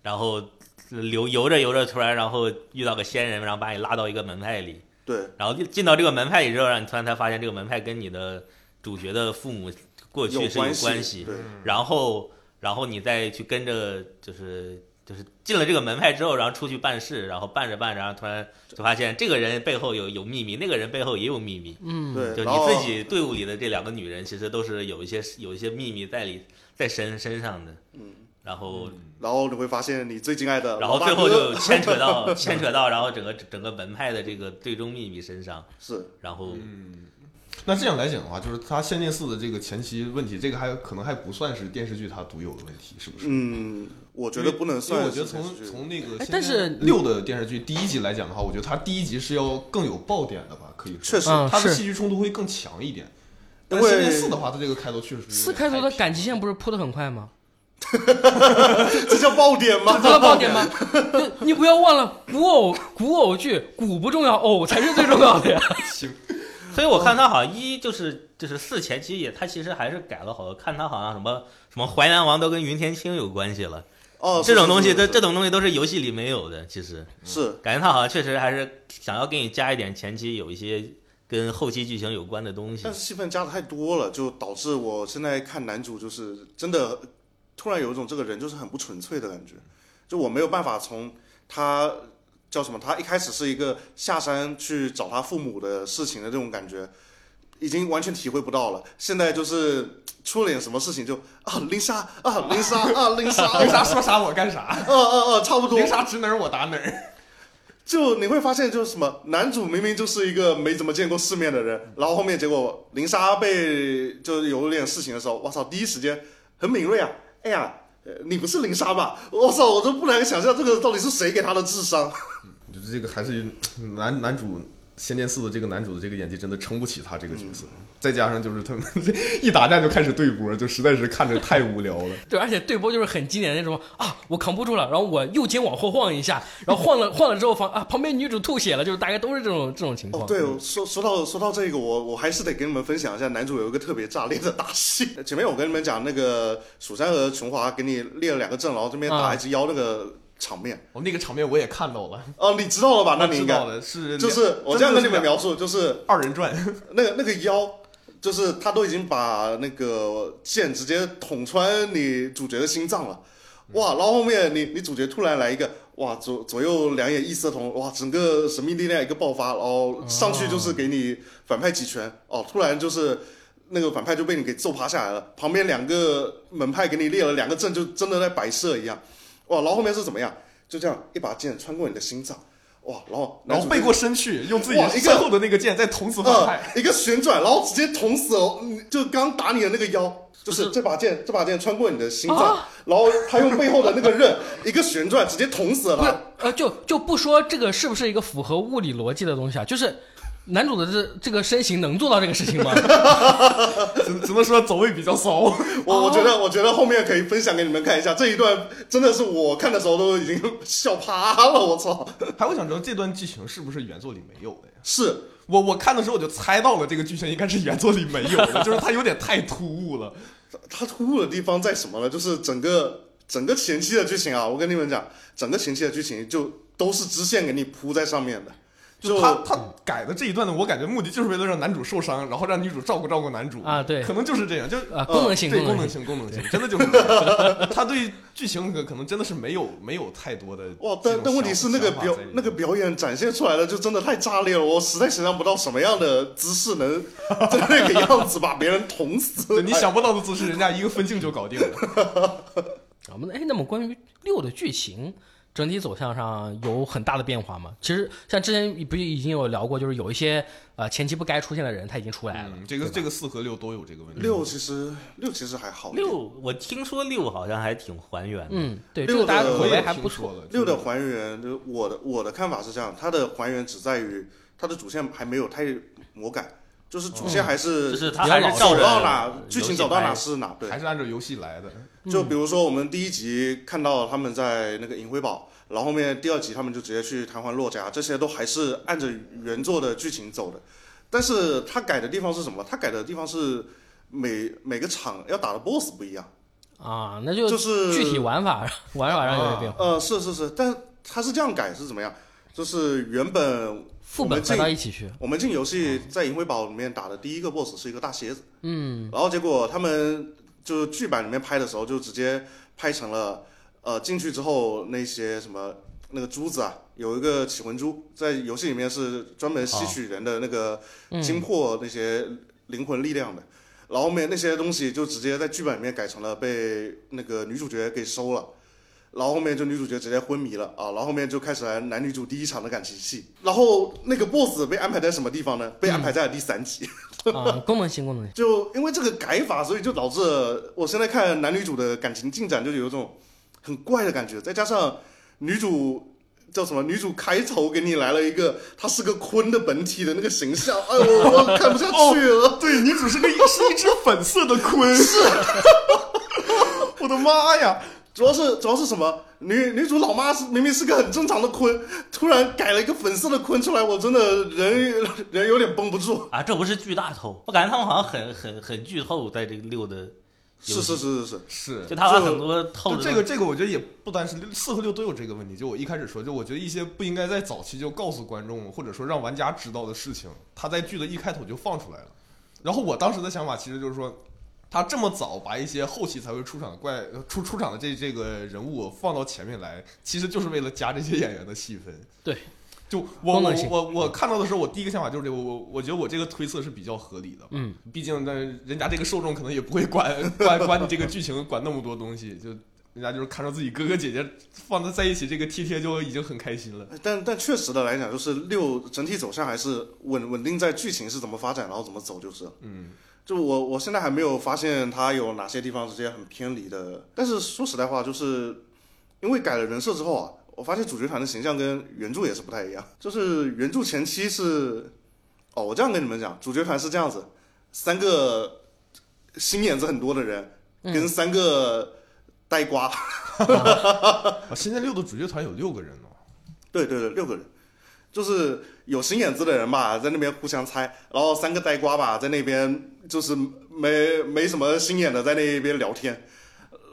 Speaker 4: 然后游游着游着，突然然后遇到个仙人，然后把你拉到一个门派里，
Speaker 1: 对，
Speaker 4: 然后进进到这个门派里之后，让你突然才发现这个门派跟你的主角的父母过去
Speaker 1: 有
Speaker 4: 是有
Speaker 1: 关系嗯
Speaker 4: 关系，
Speaker 1: 对，
Speaker 4: 然后然后你再去跟着就是。就是进了这个门派之后，然后出去办事，然后办着办着，然后突然就发现这个人背后有有秘密，那个人背后也有秘密。
Speaker 2: 嗯，
Speaker 1: 对，
Speaker 4: 就
Speaker 1: 然
Speaker 4: 你
Speaker 1: 后
Speaker 4: 自己队伍里的这两个女人，其实都是有一些有一些秘密在里在身身上的。
Speaker 1: 嗯，
Speaker 4: 然后
Speaker 1: 然后你会发现你最敬爱的
Speaker 4: 然
Speaker 1: 老
Speaker 4: 后
Speaker 1: 大
Speaker 4: 最后
Speaker 1: 哥
Speaker 4: 就牵扯 到牵扯到，然后整个整个门派的这个最终秘密身上，
Speaker 1: 是
Speaker 4: 然后
Speaker 3: 那这样来讲的话，就是它《仙剑四》的这个前期问题，这个还可能还不算是电视剧它独有的问题，是不是？
Speaker 1: 嗯，我觉得不能
Speaker 3: 因为
Speaker 1: 算
Speaker 3: 我觉
Speaker 1: 是
Speaker 3: 得
Speaker 1: 电视剧。
Speaker 3: 从从那个
Speaker 2: 哎
Speaker 3: 仙剑
Speaker 2: 但是
Speaker 3: 六的电视剧第一集来讲的话，我觉得它第一集是要更有爆点的吧，可以
Speaker 1: 确
Speaker 3: 说
Speaker 1: 实
Speaker 2: 嗯
Speaker 3: 它的
Speaker 2: 是
Speaker 3: 戏剧冲突会更强一点。
Speaker 1: 因
Speaker 3: 但
Speaker 1: 为
Speaker 3: 仙剑四的话，它这个开头确实有点
Speaker 2: 四开头的
Speaker 3: 太
Speaker 2: 感
Speaker 3: 平
Speaker 2: 情线不是铺的很快 吗？
Speaker 1: 这叫爆点吗？
Speaker 2: 知道爆点吗？你你不要忘了，古偶古偶剧，古不重要，偶才是最重要的呀。
Speaker 4: 所以我看他好像一就是就是四前期也他其实还是改了好多，看他好像什么什么淮南王都跟云天青有关系了，
Speaker 1: 哦，
Speaker 4: 这种东西这
Speaker 1: 这
Speaker 4: 这种东西都是游戏里没有的，其实
Speaker 1: 是
Speaker 4: 感觉他好像确实还是想要给你加一点前期有一些跟后期剧情有关的东西
Speaker 1: 但。是戏份加的太多了，就导致我现在看男主就是真的突然有一种这个人就是很不纯粹的感觉，就我没有办法从他叫什么，他一开始是一个下山去找他父母的事情的这种感觉，已经完全体会不到了。现在就是出了点什么事情就啊零杀啊零杀啊零杀，
Speaker 3: 有啥说啥，我干啥，
Speaker 1: 啊啊啊差不多
Speaker 3: 零。啥指哪儿我打哪儿。
Speaker 1: 就你会发现，就是什么男主明明就是一个没怎么见过世面的人，然后后面结果林莎被就是有点事情的时候，我操，第一时间很敏锐啊，哎呀，呃你不是林莎吧？我操，我都不能想象这个到底是谁给他的智商。
Speaker 3: 我觉得这个还是男男主《仙剑四》的这个男主的这个演技真的撑不起他这个角色，再加上就是他们 一打架就开始对波，就实在是看着太无聊了。
Speaker 2: 对，而且对波就是很经典的那种啊，我扛不住了，然后我右肩往后晃一下，然后晃了晃了之后防啊，旁边女主吐血了，就是大概都是这种这种情况。
Speaker 1: 哦，对，
Speaker 3: 嗯
Speaker 1: 我说说到说到这个，我我还是得跟你们分享一下，男主有一个特别炸裂的打戏。前面我跟你们讲那个蜀山和琼华给你列了两个阵，然后这边
Speaker 3: 啊
Speaker 1: 打一只妖那个场面，
Speaker 3: 哦，那个场面我也看到了，
Speaker 1: 哦，你知道了吧？那你应
Speaker 3: 知
Speaker 1: 该
Speaker 3: 道了，是
Speaker 1: 就是我这样跟你们描述，就是
Speaker 3: 二人转，
Speaker 1: 那个那个妖，就是他都已经把那个剑直接捅穿你主角的心脏了，哇！然后后面你你主角突然来一个，哇，左左右两眼异色瞳，哇，整个神秘力量一个爆发，然后上去就是给你反派几拳，哦，突然就是。那个反派就被你给揍趴下来了，旁边两个门派给你列了两个阵，就真的在摆设一样，哇！然后后面是怎么样？就这样一把剑穿过你的心脏，哇！然后
Speaker 3: 然
Speaker 1: 男
Speaker 3: 后
Speaker 1: 主
Speaker 3: 背
Speaker 1: 就
Speaker 3: 过身去，用自己
Speaker 1: 哇一个
Speaker 3: 身后的那个嗯剑再捅死反派。
Speaker 1: 呃，一个旋转，然后直接捅死了，嗯就刚打你的那个妖，就是这把剑，这把剑穿过你的心脏，然后他用背后的那个刃，一个旋转直接捅死了
Speaker 2: 不是
Speaker 1: 他。，
Speaker 2: 呃，就就不说这个是不是一个符合物理逻辑的东西啊，就是男主的这这个身形能做到这个事情吗？
Speaker 3: 只只能说走位比较骚。
Speaker 1: 我我觉得，我觉得后面可以分享给你们看一下，这一段真的是我看的时候都已经 笑趴了，我操！
Speaker 3: 还我想知道这段剧情是不是原作里没有的呀？
Speaker 1: 是
Speaker 3: 我我看的时候我就猜到了这个剧情应该是原作里没有的，就是它有点太突兀了。
Speaker 1: 它突兀的地方在什么呢？就是整个整个前期的剧情啊，我跟你们讲，整个前期的剧情就都是支线给你铺在上面的，
Speaker 3: 就嗯他他改的这一段呢，我感觉目的就是为了让男主受伤，然后让女主照顾照顾男主
Speaker 2: 啊对
Speaker 3: 可能就是这样，就
Speaker 2: 啊，功能性，
Speaker 3: 对
Speaker 2: 功
Speaker 3: 功能
Speaker 2: 能性。
Speaker 3: 性功能性，真的就是这样 他对剧情可可能真的是没有没有太多的
Speaker 1: 哇，但但问题是那个表那个表演展现出来的就真的太炸裂了，我实在想象不到什么样的姿势能在那个样子把别人捅死。哎
Speaker 3: 对你想不到的姿势，人家一个分镜就搞定了。
Speaker 2: 我们哎，那么关于六的剧情整体走向上有很大的变化吗？其实像之前不是已经有聊过，就是有一些呃前期不该出现的人他已经出来了，
Speaker 3: 嗯，这个这个四和六都有这个问题。
Speaker 1: 六其实六其实还好，
Speaker 4: 六，我听说六好像还挺还原的。
Speaker 2: 嗯，对，这
Speaker 1: 六
Speaker 2: 个大家
Speaker 1: 的
Speaker 2: 口
Speaker 3: 我
Speaker 2: 碑
Speaker 3: 也
Speaker 2: 还
Speaker 3: 听
Speaker 2: 不
Speaker 3: 说
Speaker 2: 错。
Speaker 3: 了，
Speaker 1: 六的还原，就我的我的看法是这样，它的还原只在于它的主线还没有太魔改，就是主线还是、
Speaker 4: 就是他
Speaker 2: 比较
Speaker 4: 还
Speaker 2: 老
Speaker 4: 是
Speaker 2: 实
Speaker 4: 照
Speaker 1: 走
Speaker 4: 着
Speaker 1: 到哪
Speaker 4: 游
Speaker 1: 剧
Speaker 4: 戏
Speaker 1: 情走到
Speaker 4: 拍
Speaker 1: 哪是哪，对，
Speaker 3: 还是按照游戏 来的。
Speaker 1: 就
Speaker 2: 嗯
Speaker 1: 比如说我们第一集看到他们在那个银辉堡，然后后面第二集他们就直接去瘫痪洛家，这些都还是按着原作的剧情走的。但是他改的地方是什么？他改的地方是每每个场要打的 BOSS 不一样，
Speaker 2: 啊，那就
Speaker 1: 就是
Speaker 2: 具体玩法 玩法上有点变化，
Speaker 1: 呃是是是，但他是这样改是怎么样？就是原本
Speaker 2: 副
Speaker 1: 我们
Speaker 2: 本
Speaker 1: 进
Speaker 2: 搬到一起去，
Speaker 1: 我们进游戏在银辉堡里面打的第一个 BOSS 是一个大蝎子，嗯，然后结果他们就是剧版里面拍的时候就直接拍成了，呃，进去之后那些什么那个珠子啊，有一个起魂珠，在游戏里面是专门吸取人的那个精魄那些灵魂力量的，然后后面那些东西就直接在剧本里面改成了被那个女主角给收了。然后后面就女主角直接昏迷了啊，然后后面就开始来男女主第一场的感情戏。然后那个 boss 被安排在什么地方呢？被安排在了第三集。
Speaker 2: 啊，功能性功 能性，
Speaker 1: 就因为这个改法，所以就导致了我现在看男女主的感情进展就有一种很怪的感觉，再加上女主。叫什么？女主开头给你来了一个，她是个鲲的本体的那个形象，哎呦，我看不下去了。
Speaker 3: 对，女主是个是一只粉色的鲲，是， 我的妈呀！
Speaker 1: 主要是主要是什么？女女主老妈是明明是个很正常的鲲，突然改了一个粉色的鲲出来，我真的人人有点绷不住。
Speaker 4: 啊，这不是剧大透，我感觉他们好像很很很剧透，在这个六的，
Speaker 1: 是是是是是，
Speaker 3: 是
Speaker 4: 就，他把
Speaker 1: 就
Speaker 4: 很多透
Speaker 3: 就
Speaker 4: 的
Speaker 3: 这个这个，我觉得也不单是六四和六都有这个问题。就我一开始说，就我觉得一些不应该在早期就告诉观众或者说让玩家知道的事情，他在剧的一开头就放出来了。然后我当时的想法其实就是说，他这么早把一些后期才会出场的怪出出场的这这个人物放到前面来，其实就是为了加这些演员的戏份。
Speaker 2: 对，
Speaker 3: 就
Speaker 2: 功
Speaker 3: 我我
Speaker 2: 能性
Speaker 3: 我我看到的时候，我第一个想法就是这个，我我我觉得我这个推测是比较合理的吧。
Speaker 2: 嗯，
Speaker 3: 毕竟那人家这个受众可能也不会管管管你这个剧情，管那么多东西，就人家就是看到自己哥哥姐姐放在在一起，这个贴贴就已经很开心了。
Speaker 1: 但但确实的来讲，就是六整体走向还是稳稳定在剧情是怎么发展，然后怎么走就是。
Speaker 3: 嗯，
Speaker 1: 就我我现在还没有发现它有哪些地方直接很偏离的。但是说实在话，就是因为改了人设之后啊，我发现主角团的形象跟原著也是不太一样，就是原著前期是，哦，我这样跟你们讲，主角团是这样子，三个心眼子很多的人跟三个呆瓜，
Speaker 3: 啊，仙剑六的主角团有六个人哦呢，
Speaker 1: 对对对，六个人，就是有心眼子的人吧，在那边互相猜，然后三个呆瓜吧，在那边就是没没什么心眼的，在那边聊天，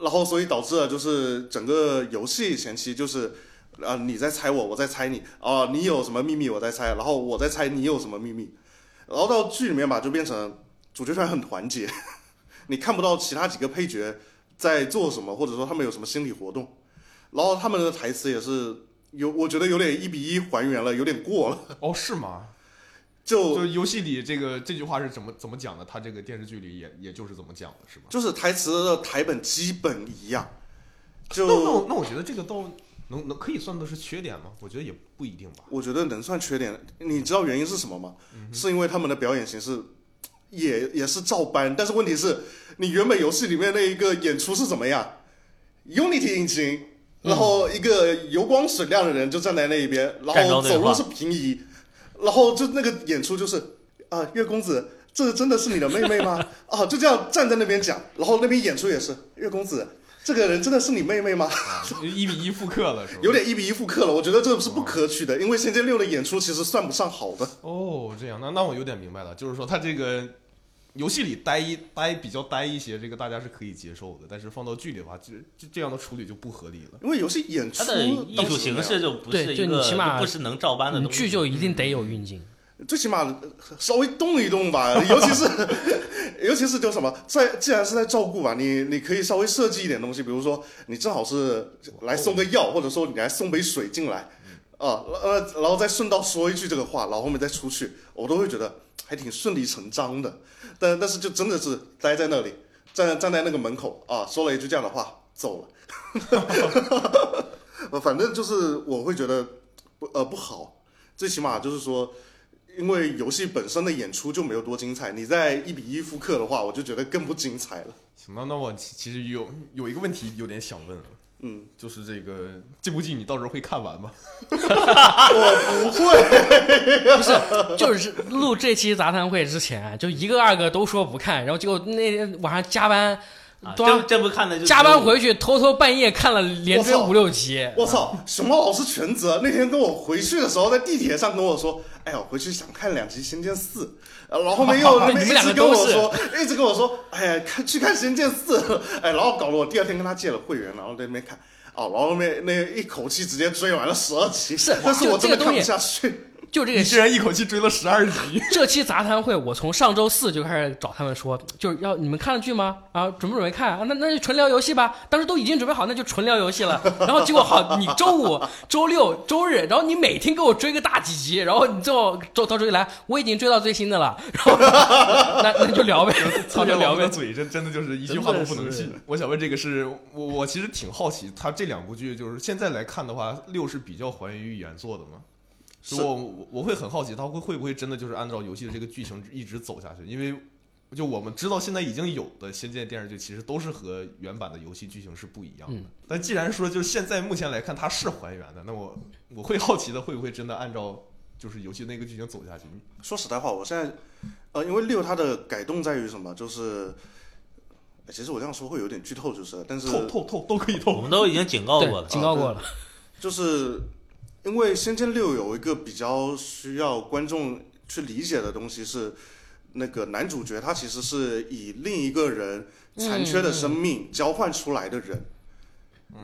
Speaker 1: 然后所以导致了就是整个游戏前期就是，啊、你在猜我，我在猜你，啊、你有什么秘密我在猜，然后我在猜你有什么秘密，然后到剧里面吧，就变成主角团很团结，你看不到其他几个配角在做什么，或者说他们有什么心理活动，然后他们的台词也是有，我觉得有点一比一还原了，有点过了。
Speaker 3: 哦，是吗？
Speaker 1: 就
Speaker 3: 就游戏里这个这句话是怎么怎么讲的？他这个电视剧里也也就是怎么讲的，是吗？
Speaker 1: 就是台词的台本基本一样，
Speaker 3: 那那
Speaker 1: 就
Speaker 3: 我那我觉得这个倒能能可以算作是缺点吗？我觉得也不一定 吧。
Speaker 1: 我觉得能算缺点。你知道原因是什么吗？是因为他们的表演形式也也是照搬，但是问题是，你原本游戏里面那一个演出是怎么样？Unity 引擎，然后一个油光水亮的人就站在那一边，
Speaker 4: 站
Speaker 1: 然后
Speaker 4: 桩对
Speaker 1: 走路
Speaker 4: 话
Speaker 1: 是平移，然后就那个演出就是啊、月公子。这真的是你的妹妹吗？啊，就这样站在那边讲，然后那边演出也是月公子，这个人真的是你妹妹吗？
Speaker 3: 啊，一比一复刻了是吧？
Speaker 1: 有点一比一复刻了，我觉得这是不可取的，因为《仙剑六》的演出其实算不上好的。
Speaker 3: 哦，这样，那那我有点明白了，就是说他这个游戏里呆一呆比较呆一些，这个大家是可以接受的，但是放到剧里的话，这这这样的处理就不合理了。
Speaker 1: 因为游戏演出
Speaker 4: 它的艺术形式就不是
Speaker 2: 对
Speaker 4: 一
Speaker 2: 就你
Speaker 4: 个，
Speaker 2: 起码
Speaker 4: 就不是能照搬的
Speaker 2: 你
Speaker 4: 东西。
Speaker 2: 剧就一定得有运镜，
Speaker 1: 最起码稍微动一动吧，尤其是 尤其是就什么，在既然是在照顾吧，你你可以稍微设计一点东西，比如说你正好是来送个药，或者说你来送杯水进来，啊呃，然后再顺道说一句这个话，然后后面再出去，我都会觉得还挺顺理成章的。但但是就真的是待在那里，站站在那个门口啊，说了一句这样的话，走了。呃 反正就是我会觉得不呃不好，最起码就是说。因为游戏本身的演出就没有多精彩，你在一比一复刻的话，我就觉得更不精彩 了。
Speaker 3: 行，那那我其其实有有一个问题有点想问了，啊
Speaker 1: 嗯，
Speaker 3: 就是这个这部剧你到时候会看完吗？
Speaker 1: 我不会，
Speaker 2: 不是，就是录这期杂谈会之前，啊就一个二个都说不看，然后结果那天晚上加班，
Speaker 4: 啊
Speaker 2: 端
Speaker 4: 这这不看的就
Speaker 2: 加班回去偷偷半夜看了连追
Speaker 1: 我操
Speaker 2: 五六集，
Speaker 1: 我操！熊猫老师全责。那天跟我回去的时候，在地铁上跟我说：“哎呀，我回去想看两集《仙剑四》。”然后后面又那边
Speaker 2: 你
Speaker 1: 一
Speaker 2: 们
Speaker 1: 直
Speaker 2: 两个
Speaker 1: 跟
Speaker 2: 都
Speaker 1: 我
Speaker 2: 是
Speaker 1: 说，一直跟我说：“哎呀，看去看《仙剑四》。” 哎，然后搞得我第二天跟他借了会员，然后在那边看。哦，然后那那一口气直接追完了十二集，
Speaker 2: 是
Speaker 1: 但是
Speaker 2: 就
Speaker 1: 我
Speaker 2: 这
Speaker 1: 真
Speaker 2: 个
Speaker 1: 的
Speaker 2: 东
Speaker 1: 看不
Speaker 2: 西
Speaker 1: 下去。
Speaker 2: 就这
Speaker 3: 你
Speaker 2: 个
Speaker 3: 居然一口气追了十二集，
Speaker 2: 这期杂谈会，我从上周四就开始找他们说，就是要你们看了剧吗？啊，准不准备看啊？那那就纯聊游戏吧。当时都已经准备好，那就纯聊游戏了。 然后结果好，你周五、 周六、周日，然后你每天给我追个大几集，然后你最后周到周一来，我已经追到最新的了， 然后那那就 聊呗，那
Speaker 3: 操着
Speaker 2: 就聊
Speaker 3: 老哥
Speaker 2: 呗
Speaker 3: 的。嘴，这真的就是一句话都不能
Speaker 2: 真
Speaker 3: 信
Speaker 2: 的。
Speaker 3: 我想问这个是我我其实挺好奇，他这两部剧就是现在来看的话，六是比较还原于原作的吗？
Speaker 1: 是
Speaker 3: 我我我会很好奇，他会会不会真的就是按照游戏的这个剧情一直走下去？因为就我们知道现在已经有的《仙剑》电视剧，其实都是和原版的游戏剧情是不一样的。
Speaker 2: 嗯
Speaker 3: 但既然说就是现在目前来看它是还原的，那我我会好奇的会不会真的按照就是游戏那个剧情走下去？
Speaker 1: 说实在话，我现在，呃，因为六它的改动在于什么？就是，呃其实我这样说会有点剧透，就是了，但是
Speaker 3: 透透透都可以
Speaker 4: 我
Speaker 3: 透。
Speaker 4: 们都已经警告过
Speaker 2: 对，
Speaker 4: 了。
Speaker 2: 警告过了。
Speaker 1: 就是因为《仙剑六》有一个比较需要观众去理解的东西是，那个男主角他其实是以另一个人残缺的生命交换出来的人。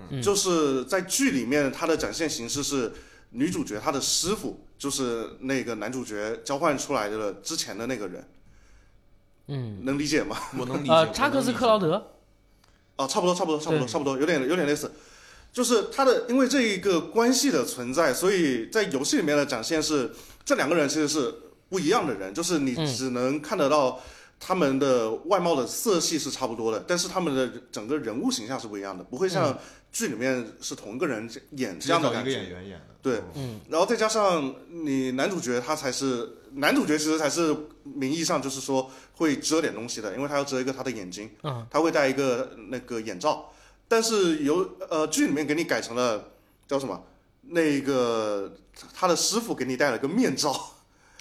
Speaker 2: 嗯
Speaker 1: 就是在剧里面，他的展现形式是女主角她的师傅，就是那个男主角交换出来的之前的那个人，
Speaker 2: 嗯，
Speaker 1: 能理解吗？
Speaker 3: 我能理解。
Speaker 2: 呃，扎克斯·克劳
Speaker 3: 德。
Speaker 2: 德，
Speaker 1: 啊，差不多，差不多，差不多，
Speaker 2: 对
Speaker 1: 差不多，有点有点类似，就是它的因为这一个关系的存在，所以在游戏里面的展现是这两个人其实是不一样的人，就是你
Speaker 2: 嗯
Speaker 1: 只能看得到他们的外貌的色系是差不多的，但是他们的整个人物形象是不一样的，不会像剧里面是同一个人演
Speaker 3: 嗯
Speaker 1: 这
Speaker 3: 直接
Speaker 1: 样的
Speaker 3: 找一
Speaker 1: 感
Speaker 3: 个
Speaker 1: 觉。
Speaker 3: 演员演的。
Speaker 1: 对
Speaker 2: 嗯，
Speaker 1: 然后再加上你男主角他才是男主角，其实才是名义上就是说会遮点东西的，因为他要遮一个他的眼睛，
Speaker 2: 嗯，
Speaker 1: 他会戴一个那个眼罩，但是由呃剧里面给你改成了叫什么那个他的师傅给你戴了个面罩，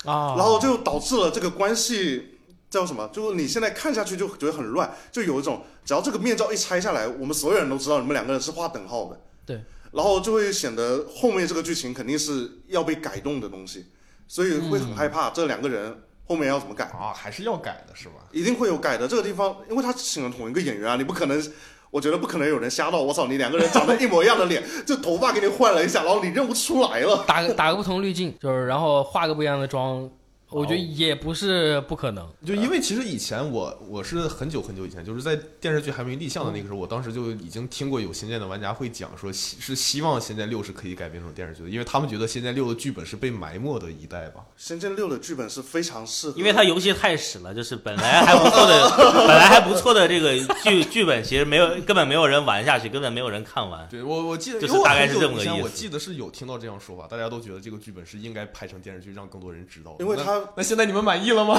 Speaker 2: 啊，
Speaker 1: 然后就导致了这个关系叫什么？就是你现在看下去就觉得很乱，就有一种只要这个面罩一拆下来，我们所有人都知道你们两个人是划等号的。
Speaker 2: 对。
Speaker 1: 然后就会显得后面这个剧情肯定是要被改动的东西，所以
Speaker 4: 嗯
Speaker 1: 会很害怕这两个人后面要怎么改，
Speaker 3: 啊，还是要改的是吧？
Speaker 1: 一定会有改的。这个地方，因为他请了同一个演员啊，你不可能。我觉得不可能有人瞎到，我操！你两个人长得一模一样的脸， 就头发给你换了一下，然后你认不出来了。
Speaker 2: 打个打个不同滤镜，就是然后化个不一样的妆，我觉得也不是不可能。
Speaker 3: 就因为其实以前我我是很久很久以前，就是在电视剧还没立项的那个时候，我当时就已经听过有《仙剑》的玩家会讲说，希是希望《仙剑六》是可以改编成电视剧的，因为他们觉得《仙剑六》的剧本是被埋没的一代吧。
Speaker 1: 《仙剑六》的剧本是非常适合，
Speaker 4: 因为它游戏太屎了，就是本来还不错的，本来还不错的这个剧剧本，其实没有根本没有人玩下去，根本没有人看完。
Speaker 3: 对我我记得，
Speaker 4: 就
Speaker 3: 因
Speaker 4: 是
Speaker 3: 为我
Speaker 4: 大概
Speaker 3: 很
Speaker 4: 是
Speaker 3: 久
Speaker 4: 这么个
Speaker 3: 以前
Speaker 4: 意思
Speaker 3: 我记得是有听到这样说法，大家都觉得这个剧本是应该拍成电视剧，让更多人知道的。
Speaker 1: 因为
Speaker 3: 那
Speaker 1: 它
Speaker 3: 那现在你们满意了吗？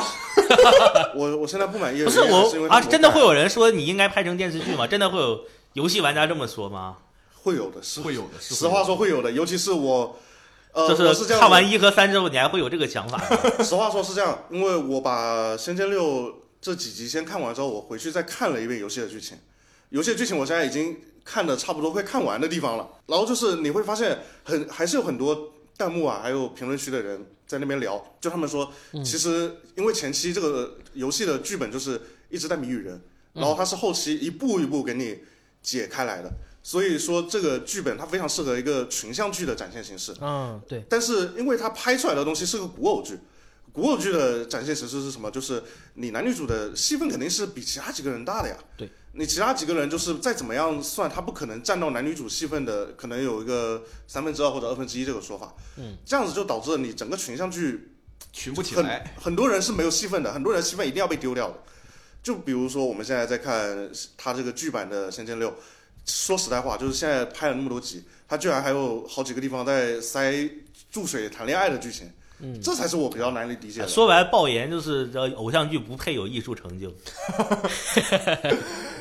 Speaker 1: 我我现在不满意的
Speaker 4: 不
Speaker 1: 原
Speaker 4: 是
Speaker 1: 因是因
Speaker 4: 我
Speaker 1: 为
Speaker 4: 啊，
Speaker 1: 它魔
Speaker 4: 真的
Speaker 1: 改
Speaker 4: 会有人说你应该拍成电视剧吗？真的会有游戏玩家这么说吗？
Speaker 1: 会有的，是
Speaker 3: 会有的，是
Speaker 1: 实话说会有的，尤其是我，呃，
Speaker 4: 就
Speaker 1: 我
Speaker 4: 是
Speaker 1: 这样，
Speaker 4: 看完一和三之后，你还会有这个想法吗？
Speaker 1: 实话说是这样，因为我把《仙剑六》这几集先看完之后，我回去再看了一遍游戏的剧情，游戏的剧情我现在已经看的差不多快看完的地方了。然后就是你会发现很还是有很多弹幕啊，还有评论区的人在那边聊，就他们说，其实因为前期这个游戏的剧本就是一直在谜语人，然后它是后期一步一步给你解开来的。所以说，这个剧本它非常适合一个群像剧的展现形式。
Speaker 2: 嗯，对，
Speaker 1: 但是因为它拍出来的东西是个古偶剧，古偶剧的展现形式是什么？就是你男女主的戏份肯定是比其他几个人大的呀。
Speaker 2: 对，
Speaker 1: 你其他几个人就是再怎么样算，他不可能占到男女主戏份的，可能有一个三分之二或者二分之一这个说法。嗯，这样子就导致了你整个群像剧
Speaker 3: 群不起
Speaker 1: 很
Speaker 3: 来。
Speaker 1: 很多人是没有戏份的，很多人戏份一定要被丢掉的。就比如说我们现在在看他这个剧版的《仙剑六》，说实在话，就是现在拍了那么多集，他居然还有好几个地方在塞注水谈恋爱的剧情，嗯，这才是我比较难以理解的。
Speaker 4: 说白了，爆言就是这偶像剧不配有艺术成就。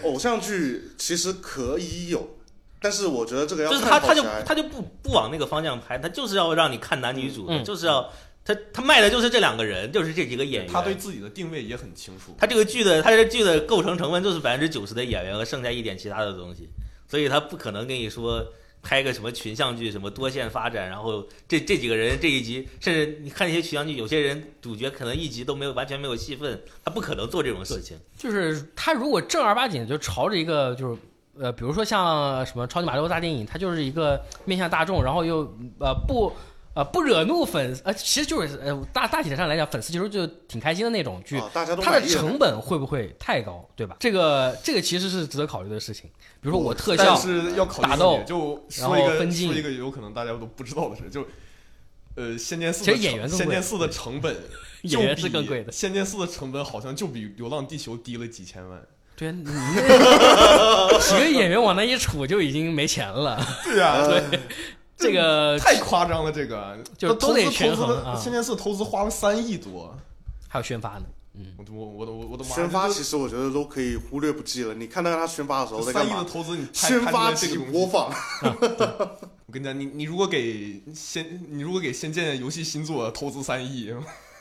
Speaker 1: 偶像剧其实可以有，但是我觉得这个要
Speaker 4: 就是
Speaker 1: 看
Speaker 4: 他
Speaker 1: 好
Speaker 4: 他
Speaker 1: 起
Speaker 4: 就
Speaker 1: 来。
Speaker 4: 他就不不往那个方向拍，他就是要让你看男女主，
Speaker 2: 嗯
Speaker 4: 就是要他他卖的就是这两个人，就是这几个演员。
Speaker 3: 他对自己的定位也很清楚，
Speaker 4: 他这个剧的他这个剧的构成成分就是百分之九十的演员和剩下一点其他的东西，所以他不可能跟你说拍个什么群像剧，什么多线发展，然后这这几个人这一集，甚至你看一些群像剧，有些人主角可能一集都没有完全没有戏份，他不可能做这种事情。
Speaker 2: 就是他如果正儿八经就朝着一个就是呃，比如说像什么超级马里奥大电影，它就是一个面向大众，然后又呃不呃不惹怒粉丝，呃其实就是呃大大体上来讲，粉丝其实就挺开心的那种剧。
Speaker 1: 啊，大家都
Speaker 2: 它的
Speaker 1: 满意了嗯
Speaker 2: 成本会不会太高，对吧？这个这个其实是值得考虑的事情。比如说我特效
Speaker 1: 哦
Speaker 3: 但，是要考虑
Speaker 2: 打斗
Speaker 3: 一点就
Speaker 2: 然后
Speaker 3: 说一个
Speaker 2: 分镜
Speaker 3: 说一个有可能大家都不知道的事，就呃《仙剑四》
Speaker 2: 其
Speaker 3: 的
Speaker 2: 实演员
Speaker 3: 成
Speaker 2: 更贵
Speaker 3: 仙剑四》的成本
Speaker 2: 演员是更贵的
Speaker 3: 《仙剑四》的成本好像就比《流浪地球》低了几千万。
Speaker 2: 对啊，你那几个 演员往那一杵就已经没钱了。
Speaker 3: 对呀、
Speaker 1: 呃
Speaker 2: 这个
Speaker 3: 太夸张了，这个
Speaker 2: 就是
Speaker 3: 投
Speaker 2: 都
Speaker 3: 资
Speaker 2: 得
Speaker 3: 投资
Speaker 2: 权衡
Speaker 3: 了
Speaker 2: 啊
Speaker 3: 《仙剑四》投资花了三亿多，
Speaker 2: 还有宣发呢，
Speaker 3: 我我我的我我的妈呀！
Speaker 1: 宣发
Speaker 3: 这
Speaker 1: 其实我觉得都可以忽略不计了。你看到他宣发的时候在
Speaker 3: 三
Speaker 1: 干
Speaker 3: 亿的
Speaker 1: 嘛？
Speaker 3: 投资，你拍
Speaker 1: 宣
Speaker 3: 拍出
Speaker 1: 发
Speaker 3: 来这
Speaker 1: 起
Speaker 3: 个东
Speaker 1: 播
Speaker 3: 西，
Speaker 1: 放，
Speaker 3: 我跟你讲，你你如果给仙，你如果给《仙剑》游戏新作投资三亿，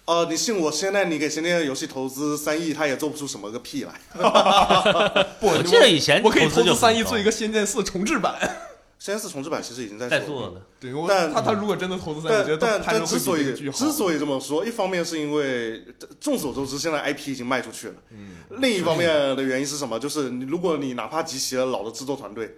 Speaker 1: 呃，你信我，现在你给仙剑游戏投资三亿，他也做不出什么个屁来。
Speaker 3: 不，
Speaker 4: 我记得以前
Speaker 3: 我可以
Speaker 4: 哎投
Speaker 3: 投
Speaker 4: 资
Speaker 3: 资
Speaker 4: 就很
Speaker 3: 三亿
Speaker 4: 高
Speaker 3: 做一个《仙剑四》重制版。
Speaker 1: 仙剑四重制版其实已经在
Speaker 4: 在
Speaker 1: 做
Speaker 4: 做
Speaker 1: 了，
Speaker 4: 的，
Speaker 3: 对，我
Speaker 1: 但
Speaker 3: 他他如果真的投资三亿，我觉
Speaker 1: 但
Speaker 3: 得
Speaker 1: 但
Speaker 3: 拍成
Speaker 1: 但
Speaker 3: 会
Speaker 1: 之
Speaker 3: 比
Speaker 1: 所
Speaker 3: 这
Speaker 1: 以
Speaker 3: 个剧好。
Speaker 1: 之所以这么说，一方面是因为众所周知，现在 IP 已经卖出去了，嗯，另一方面的原因是什么？就是你如果你哪怕集齐了老的制作团队。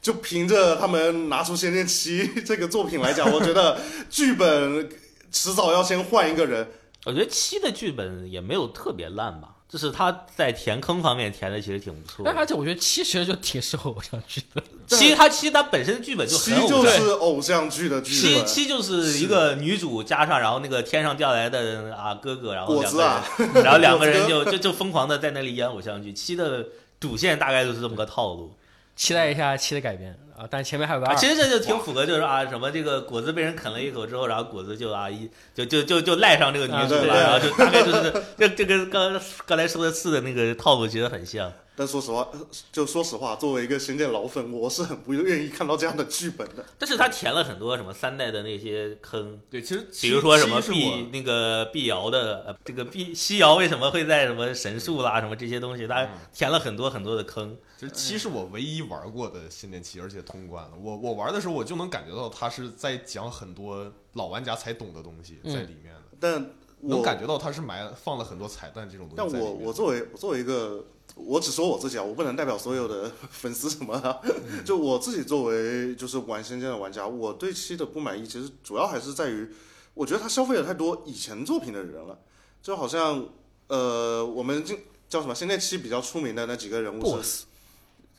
Speaker 1: 就凭着他们拿出《仙剑七》这个作品来讲，我觉得剧本迟早要先换一个人，
Speaker 4: 我觉得七的剧本也没有特别烂吧，就是他在填坑方面填的其实挺不错
Speaker 2: 但而
Speaker 4: 的。
Speaker 2: 且我觉得七其实就挺适合偶像剧的。
Speaker 1: 但
Speaker 4: 七他七他本身剧本就
Speaker 1: 七
Speaker 4: 很偶
Speaker 1: 就
Speaker 4: 像
Speaker 1: 是偶像剧的剧
Speaker 4: 七
Speaker 1: 本。
Speaker 4: 七就是一个女主加上，然后那个天上掉下来的啊哥哥，然后
Speaker 1: 果
Speaker 4: 两
Speaker 1: 子
Speaker 4: 个人，
Speaker 1: 啊
Speaker 4: 然后两个人就 就就疯狂的在那里演偶像剧。七的主线大概就是这么个套路
Speaker 2: 期待一下七的改编啊！但前面还有个
Speaker 4: 啊，
Speaker 2: 二，
Speaker 4: 其实这就挺符合，就是啊什么这个果子被人啃了一口之后，然后果子就啊一就就就就赖上这个女主
Speaker 1: 啊对
Speaker 4: 了，
Speaker 1: 对
Speaker 4: 然后就大概就是这这跟刚刚才说的四的那个套路其实很像。
Speaker 1: 但说实话，呃就说实话，作为一个《仙剑》老粉，我是很不愿意看到这样的剧本的。
Speaker 4: 但是他填了很多什么三代的那些坑，
Speaker 3: 对，其实
Speaker 4: 比如说什么
Speaker 3: 七是我
Speaker 4: 碧那个碧瑶的呃这个碧西瑶为什么会在什么神树啦什么这些东西，他填了很多很多的坑。
Speaker 3: 其实七是我唯一玩过的新年期，而且通关了。我我玩的时候，我就能感觉到他是在讲很多老玩家才懂的东西在里面的，
Speaker 1: 但嗯我
Speaker 3: 能感觉到他是埋放了很多彩蛋这种东
Speaker 1: 但
Speaker 3: 西在里
Speaker 1: 我
Speaker 3: 面。
Speaker 1: 我作为我作为一个，我只说我自己啊，我不能代表所有的 粉丝什么、啊。 就我自己作为就是玩《仙剑》的玩家，我对七的不满意，其实主要还是在于，我觉得他消费了太多以前作品的人了，就好像呃，我们这叫什么《仙剑七》比较出名的那几个人物是，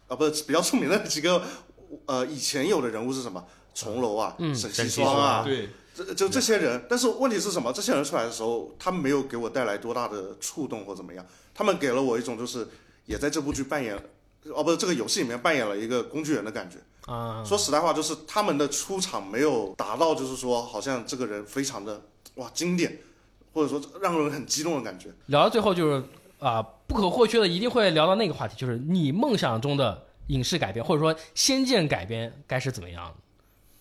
Speaker 1: 啊，不是比较出名的几个呃以前有的人物是什么？重楼啊，
Speaker 2: 嗯
Speaker 1: 沈
Speaker 4: 沈
Speaker 1: 西
Speaker 4: 西
Speaker 1: 霜啊，
Speaker 3: 对，
Speaker 1: 这就这些人，但是问题是什么？这些人出来的时候，他们没有给我带来多大的触动或怎么样，他们给了我一种就是也在这部剧扮演，哦不是这个游戏里面扮演了一个工具人的感觉。
Speaker 2: 啊，
Speaker 1: 说实在话，就是他们的出场没有达到，就是说好像这个人非常的哇经典，或者说让人很激动的感觉。
Speaker 2: 聊到最后就是啊、不可或缺的一定会聊到那个话题，就是你梦想中的影视改编或者说仙剑改编该是怎么样的？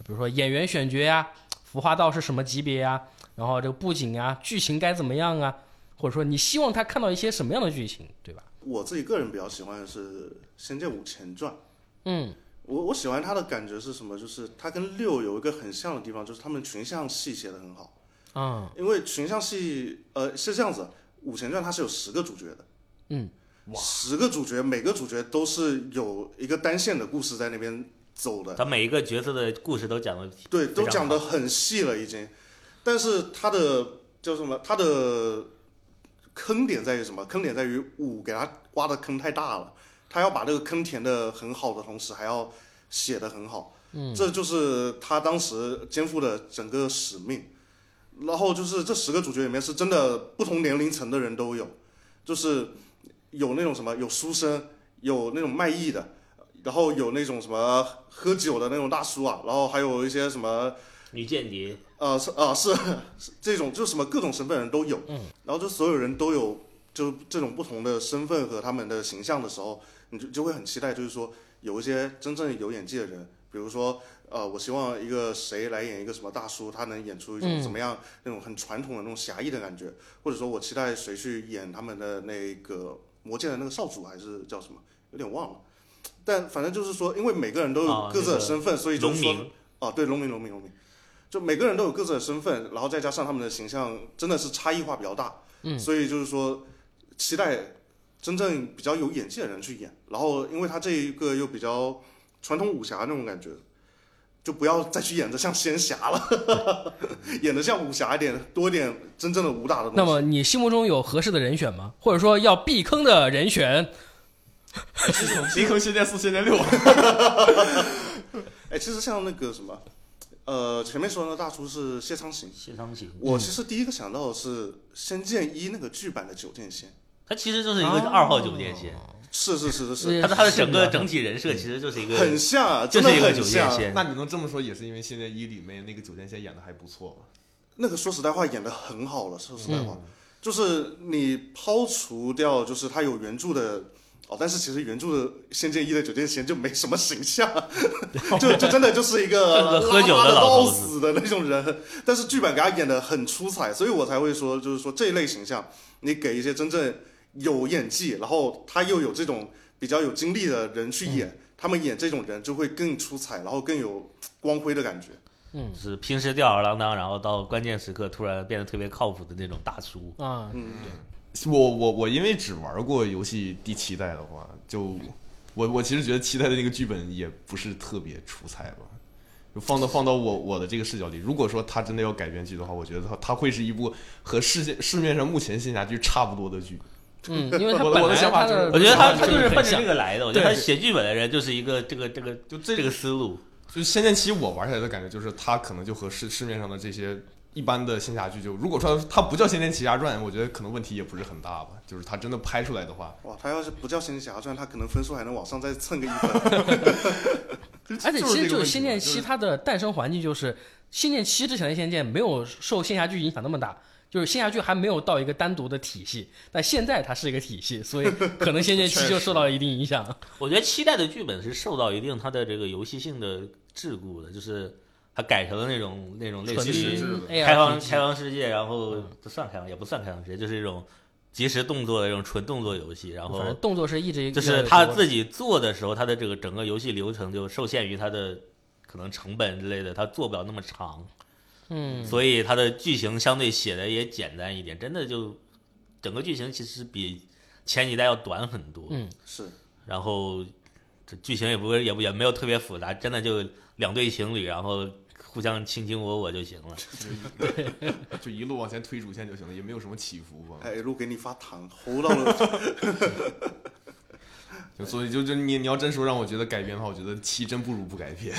Speaker 2: 比如说演员选角呀、服化道是什么级别呀、然后这个布景啊、剧情该怎么样啊，或者说你希望他看到一些什么样的剧情，对
Speaker 4: 啊
Speaker 2: 吧？
Speaker 1: 我自己个人比较喜欢的是《仙剑五前传》。
Speaker 2: 嗯，
Speaker 1: 我我喜欢它的感觉是什么？就是它跟六有一个很像的地方，就是他们群像戏写的很好。
Speaker 2: 啊、
Speaker 1: 因为群像戏，呃，是这样子，《武前传》它是有十个主角的，
Speaker 2: 嗯，
Speaker 1: 哇，十个主角，每个主角都是有一个单线的故事在那边走的，
Speaker 4: 他每一个角色的故事都讲的
Speaker 1: 对，都
Speaker 4: 非常
Speaker 1: 讲的很细了已经。但是它的叫什么？它的坑点在于什么？坑点在于五给它挖的坑太大了，他要把这个坑填的很好的同时，还要写的很好。嗯，这就是他当时肩负的整个使命。然后就是这十个主角里面是真的不同年龄层的人都有，就是有那种什么有书生，有那种卖艺的，然后有那种什么喝酒的那种大叔啊，然后还有一些什么
Speaker 4: 女间谍，
Speaker 1: 呃是啊、是是这种就是什么各种身份人都有，嗯，然后就所有人都有就这种不同的身份和他们的形象的时候，你就就会很期待，就是说有一些真正有演技的人，比如说呃，我希望一个谁来演一个什么大叔，他能演出一种
Speaker 2: 嗯
Speaker 1: 怎么样、那种很传统的那种侠义的感觉，或者说我期待谁去演他们的那个魔界的那个少主还是叫什么，有点忘了。但反正就是说，因为每个人都有
Speaker 4: 啊
Speaker 1: 各自
Speaker 4: 那
Speaker 1: 的
Speaker 4: 个
Speaker 1: 身份，所以就
Speaker 4: 农
Speaker 1: 说
Speaker 4: 民
Speaker 1: 啊，对，农民，农民，农民，就每个人都有各自的身份，然后再加上他们的形象真的是差异化比较大，嗯，所以就是说期待真正比较有演技的人去演，然后因为他这一个又比较传统武侠那种感觉，就不要再去演的像仙侠了， 演的像武侠一点，多一点真正的武打的东西。
Speaker 2: 那么你心目中有合适的人选吗？或者说要避坑的人选？
Speaker 3: 一坑仙剑四、仙剑六，
Speaker 1: 哎，其实像那个什么，呃，前面说的那大叔是谢昌行，
Speaker 4: 谢昌行，
Speaker 1: 我其实第一个想到的是《仙剑一》那个剧版的九剑仙。
Speaker 4: 他其实就是一个二号九剑仙，
Speaker 1: 是是是是
Speaker 2: 嗯
Speaker 1: 是，
Speaker 4: 他的他的整
Speaker 2: 是
Speaker 4: 个
Speaker 2: 的
Speaker 4: 整体人设其实就是一个
Speaker 1: 很像啊，真
Speaker 4: 就
Speaker 1: 的
Speaker 4: 是一个
Speaker 1: 很
Speaker 4: 九剑
Speaker 1: 像。
Speaker 4: 仙。
Speaker 3: 那你能这么说，也是因为仙剑一里面那个九剑仙演的还不错嘛？
Speaker 1: 那个说实在话演的很好了，说实在话，就是你抛除掉就是他有原著的。哦，但是其实原著的《仙剑一》的九剑仙就没什么形象，就就真的就是一个
Speaker 4: 就是个喝酒
Speaker 1: 拉
Speaker 4: 的
Speaker 1: 拉
Speaker 4: 老头
Speaker 1: 到
Speaker 4: 子
Speaker 1: 死的那种人。但是剧版给他演的很出彩，所以我才会说，就是说这一类形象，你给一些真正有演技，然后他又有这种比较有经历的人去演，他们演这种人就会更出彩，然后更有光辉的感觉。
Speaker 4: 就是平时吊儿郎当，然后到关键时刻突然变得特别靠谱的那种大叔。
Speaker 2: 啊，
Speaker 3: 我我我因为只玩过游戏第七代的话，就我我其实觉得七代的那个剧本也不是特别出彩吧。就放到放到我我的这个视角里，如果说他真的要改编剧的话，我觉得他他会是一部和世界市面上目前仙侠剧差不多的剧。
Speaker 2: 嗯，因为他
Speaker 3: 我的
Speaker 2: 本
Speaker 3: 我的
Speaker 2: 来
Speaker 3: 想法
Speaker 2: 他的
Speaker 3: 就是
Speaker 4: 我觉得他他
Speaker 2: 就
Speaker 4: 就是奔
Speaker 2: 很
Speaker 4: 着
Speaker 2: 像
Speaker 4: 这个来的。我觉得
Speaker 3: 对
Speaker 4: 他写剧本的人就是一个这个这个
Speaker 3: 就这
Speaker 4: 这个思路。
Speaker 3: 就《仙剑七》，我玩起来的感觉就是，它可能就和市市面上的这些一般的仙侠剧就，如果说它不叫《仙剑奇侠传》，我觉得可能问题也不是很大吧。就是它真的拍出来的话，
Speaker 1: 哇，他要是不叫《仙侠传》，他可能分数还能往上再蹭个一分。
Speaker 2: 而且其实就是是
Speaker 3: 就
Speaker 2: 《仙剑七》
Speaker 3: 它
Speaker 2: 它的诞生环境就是《仙剑七》之前的《仙剑》没有受仙侠剧影响那么大，就是仙侠剧还没有到一个单独的体系，但现在它是一个体系，所以可能《仙剑七》就受到了一定影 响。
Speaker 4: 我觉得七代的剧本是受到一定它的这个游戏性的桎梏的，就是它改成了那种那种类
Speaker 2: 纯
Speaker 4: 似
Speaker 3: 是
Speaker 4: 于
Speaker 3: 是
Speaker 2: 真
Speaker 3: 是
Speaker 2: A
Speaker 4: 开放
Speaker 2: R
Speaker 4: 开放世界，然后不算开放，也不算开放世界，就是一种即时动作的这种纯动作游戏。然
Speaker 2: 反正
Speaker 4: 后
Speaker 2: 动作是一直
Speaker 4: 就是他
Speaker 2: 己
Speaker 4: 自己做的时候，他的这个整个游戏流程就受限于他的可能成本之类的，他做不了那么长，
Speaker 2: 嗯，
Speaker 4: 所以他的剧情相对写的也简单一点。真的就整个剧情其实比前几代要短很多。
Speaker 2: 嗯
Speaker 1: 是
Speaker 4: 然后这剧情也不会也不也没有特别复杂，真的就两对情侣，然后互相卿卿我我就行了。
Speaker 3: 就一路往前推主线就行了，也没有什么起伏吧。
Speaker 1: 哎，一路给你发糖，齁到了。
Speaker 3: 就所以就就你你要真说让我觉得改编的话，我觉得七真不如不改编。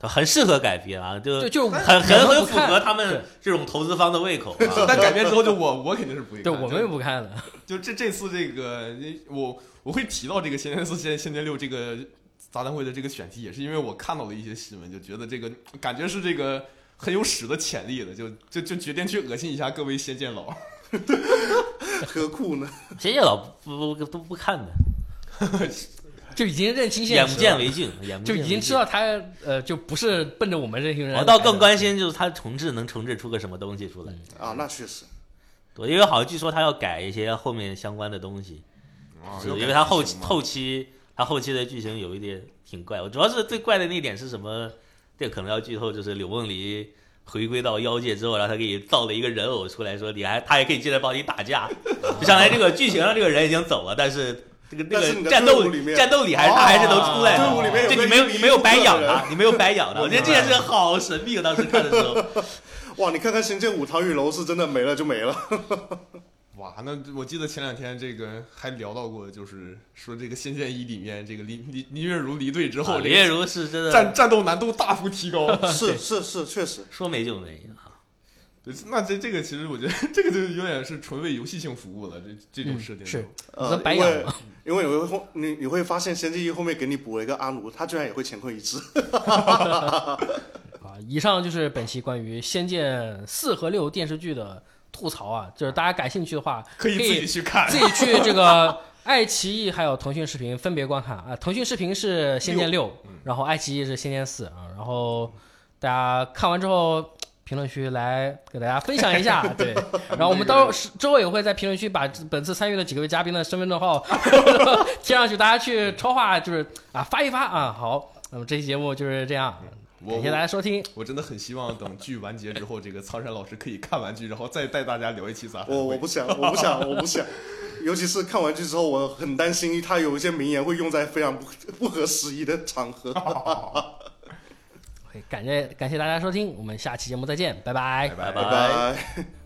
Speaker 4: 它很适合改编啊，就
Speaker 2: 就就
Speaker 4: 很
Speaker 2: 我
Speaker 4: 很
Speaker 2: 们
Speaker 4: 很
Speaker 2: 不
Speaker 4: 符
Speaker 2: 看
Speaker 4: 合他们这种投资方的胃口啊。
Speaker 3: 但改编之后就我我肯定是不会看。
Speaker 2: 对，我们也不看了。
Speaker 3: 就这这次这个我我会提到这个《仙剑四》《仙仙剑六》这个杂谈会的这个选题，也是因为我看到了一些新闻，就觉得这个感觉是这个很有史的潜力的，就就就决定去恶心一下各位仙剑
Speaker 4: 啊
Speaker 3: 佬。
Speaker 1: 何苦呢？
Speaker 4: 谁也老不不都不看的，
Speaker 2: 就已经认清现
Speaker 4: 眼
Speaker 2: 实了，
Speaker 4: 不见为净，眼不
Speaker 2: 就
Speaker 4: 见
Speaker 2: 已经
Speaker 4: 为
Speaker 2: 知
Speaker 4: 净。
Speaker 2: 道他呃，就不是奔着我们这群人来的。嗯
Speaker 4: 我倒更关心就是它重置能重置出个什么东西出来，
Speaker 1: 啊，那确实，
Speaker 4: 对，因为好像据说它要改一些后面相关的东西，
Speaker 1: 啊
Speaker 4: 是因为它后期后期它后期的剧情有一点挺怪，我主要是最怪的那一点是什么？这可能要剧透，就是柳梦离回归到妖界之后，然后他给你造了一个人偶出来，说你还他也可以进来帮你打
Speaker 1: 啊
Speaker 4: 架，就相当于这个剧情上这个人已经走了，但是。这个这
Speaker 1: 但是你的
Speaker 4: 个战斗
Speaker 1: 队伍里面啊
Speaker 4: 战斗里还是他还是能出来的，
Speaker 1: 队伍里面有
Speaker 4: 就
Speaker 1: 个
Speaker 4: 你没有
Speaker 1: 一比一
Speaker 4: 你没有白养
Speaker 1: 的人
Speaker 4: 他，你没有白 养他，我觉得这件事好神秘。当时看的时候，
Speaker 1: 哇，你看看《仙剑五》，唐雨柔是真的没了就没 了。
Speaker 3: 哇，那我记得前两天这个还聊到过，就是说这个《仙剑一》里面这个林林林月如离队之后，
Speaker 4: 啊
Speaker 3: 这
Speaker 4: 林
Speaker 3: 个
Speaker 4: 月如是真的
Speaker 3: 战战斗难度大幅提 高。
Speaker 1: 是是是，确实。
Speaker 4: 说没就没啊，
Speaker 3: 对，那这这个其实我觉得 这个就有点是纯为游戏性服务了，这这种设定、
Speaker 2: 嗯是
Speaker 1: 呃
Speaker 2: 那，白
Speaker 1: 因
Speaker 2: 养
Speaker 1: 为因为你会后你你会发现《仙剑一》后面给你补了一个阿奴，他居然也会乾坤一掷。
Speaker 2: 啊！以上就是本期关于《仙剑四》和六电视剧的吐槽啊，就是大家感兴趣的话，
Speaker 3: 可以
Speaker 2: 以
Speaker 3: 自己去 看。
Speaker 2: 自己去这个爱奇艺还有腾讯视频分别观看啊。腾讯视频是《仙剑六》，
Speaker 3: 嗯
Speaker 2: 然后爱奇艺是《仙剑四》啊。然后大家看完之后，评论区来给大家分享一 下，对。然后我们到时之后也会在评论区把本次参与的几位嘉宾的身份证 号贴上去，大家去超话就是啊发一发啊。好，那么这期节目就是这样，
Speaker 3: 嗯我
Speaker 2: 感谢大家收听。
Speaker 3: 我真的很希望等剧完结之后，这个苍山老师可以看完剧，然后再带大家聊一期
Speaker 2: 啊
Speaker 3: 杂谈会。
Speaker 1: 我我不想，我不想，我不想。尤其是看完剧之后，我很担心他有一些名言会用在非常不不合时宜的场 合。
Speaker 2: 感谢感谢大家收听，我们下期节目再见，拜拜
Speaker 3: 拜拜
Speaker 4: 拜
Speaker 1: 拜。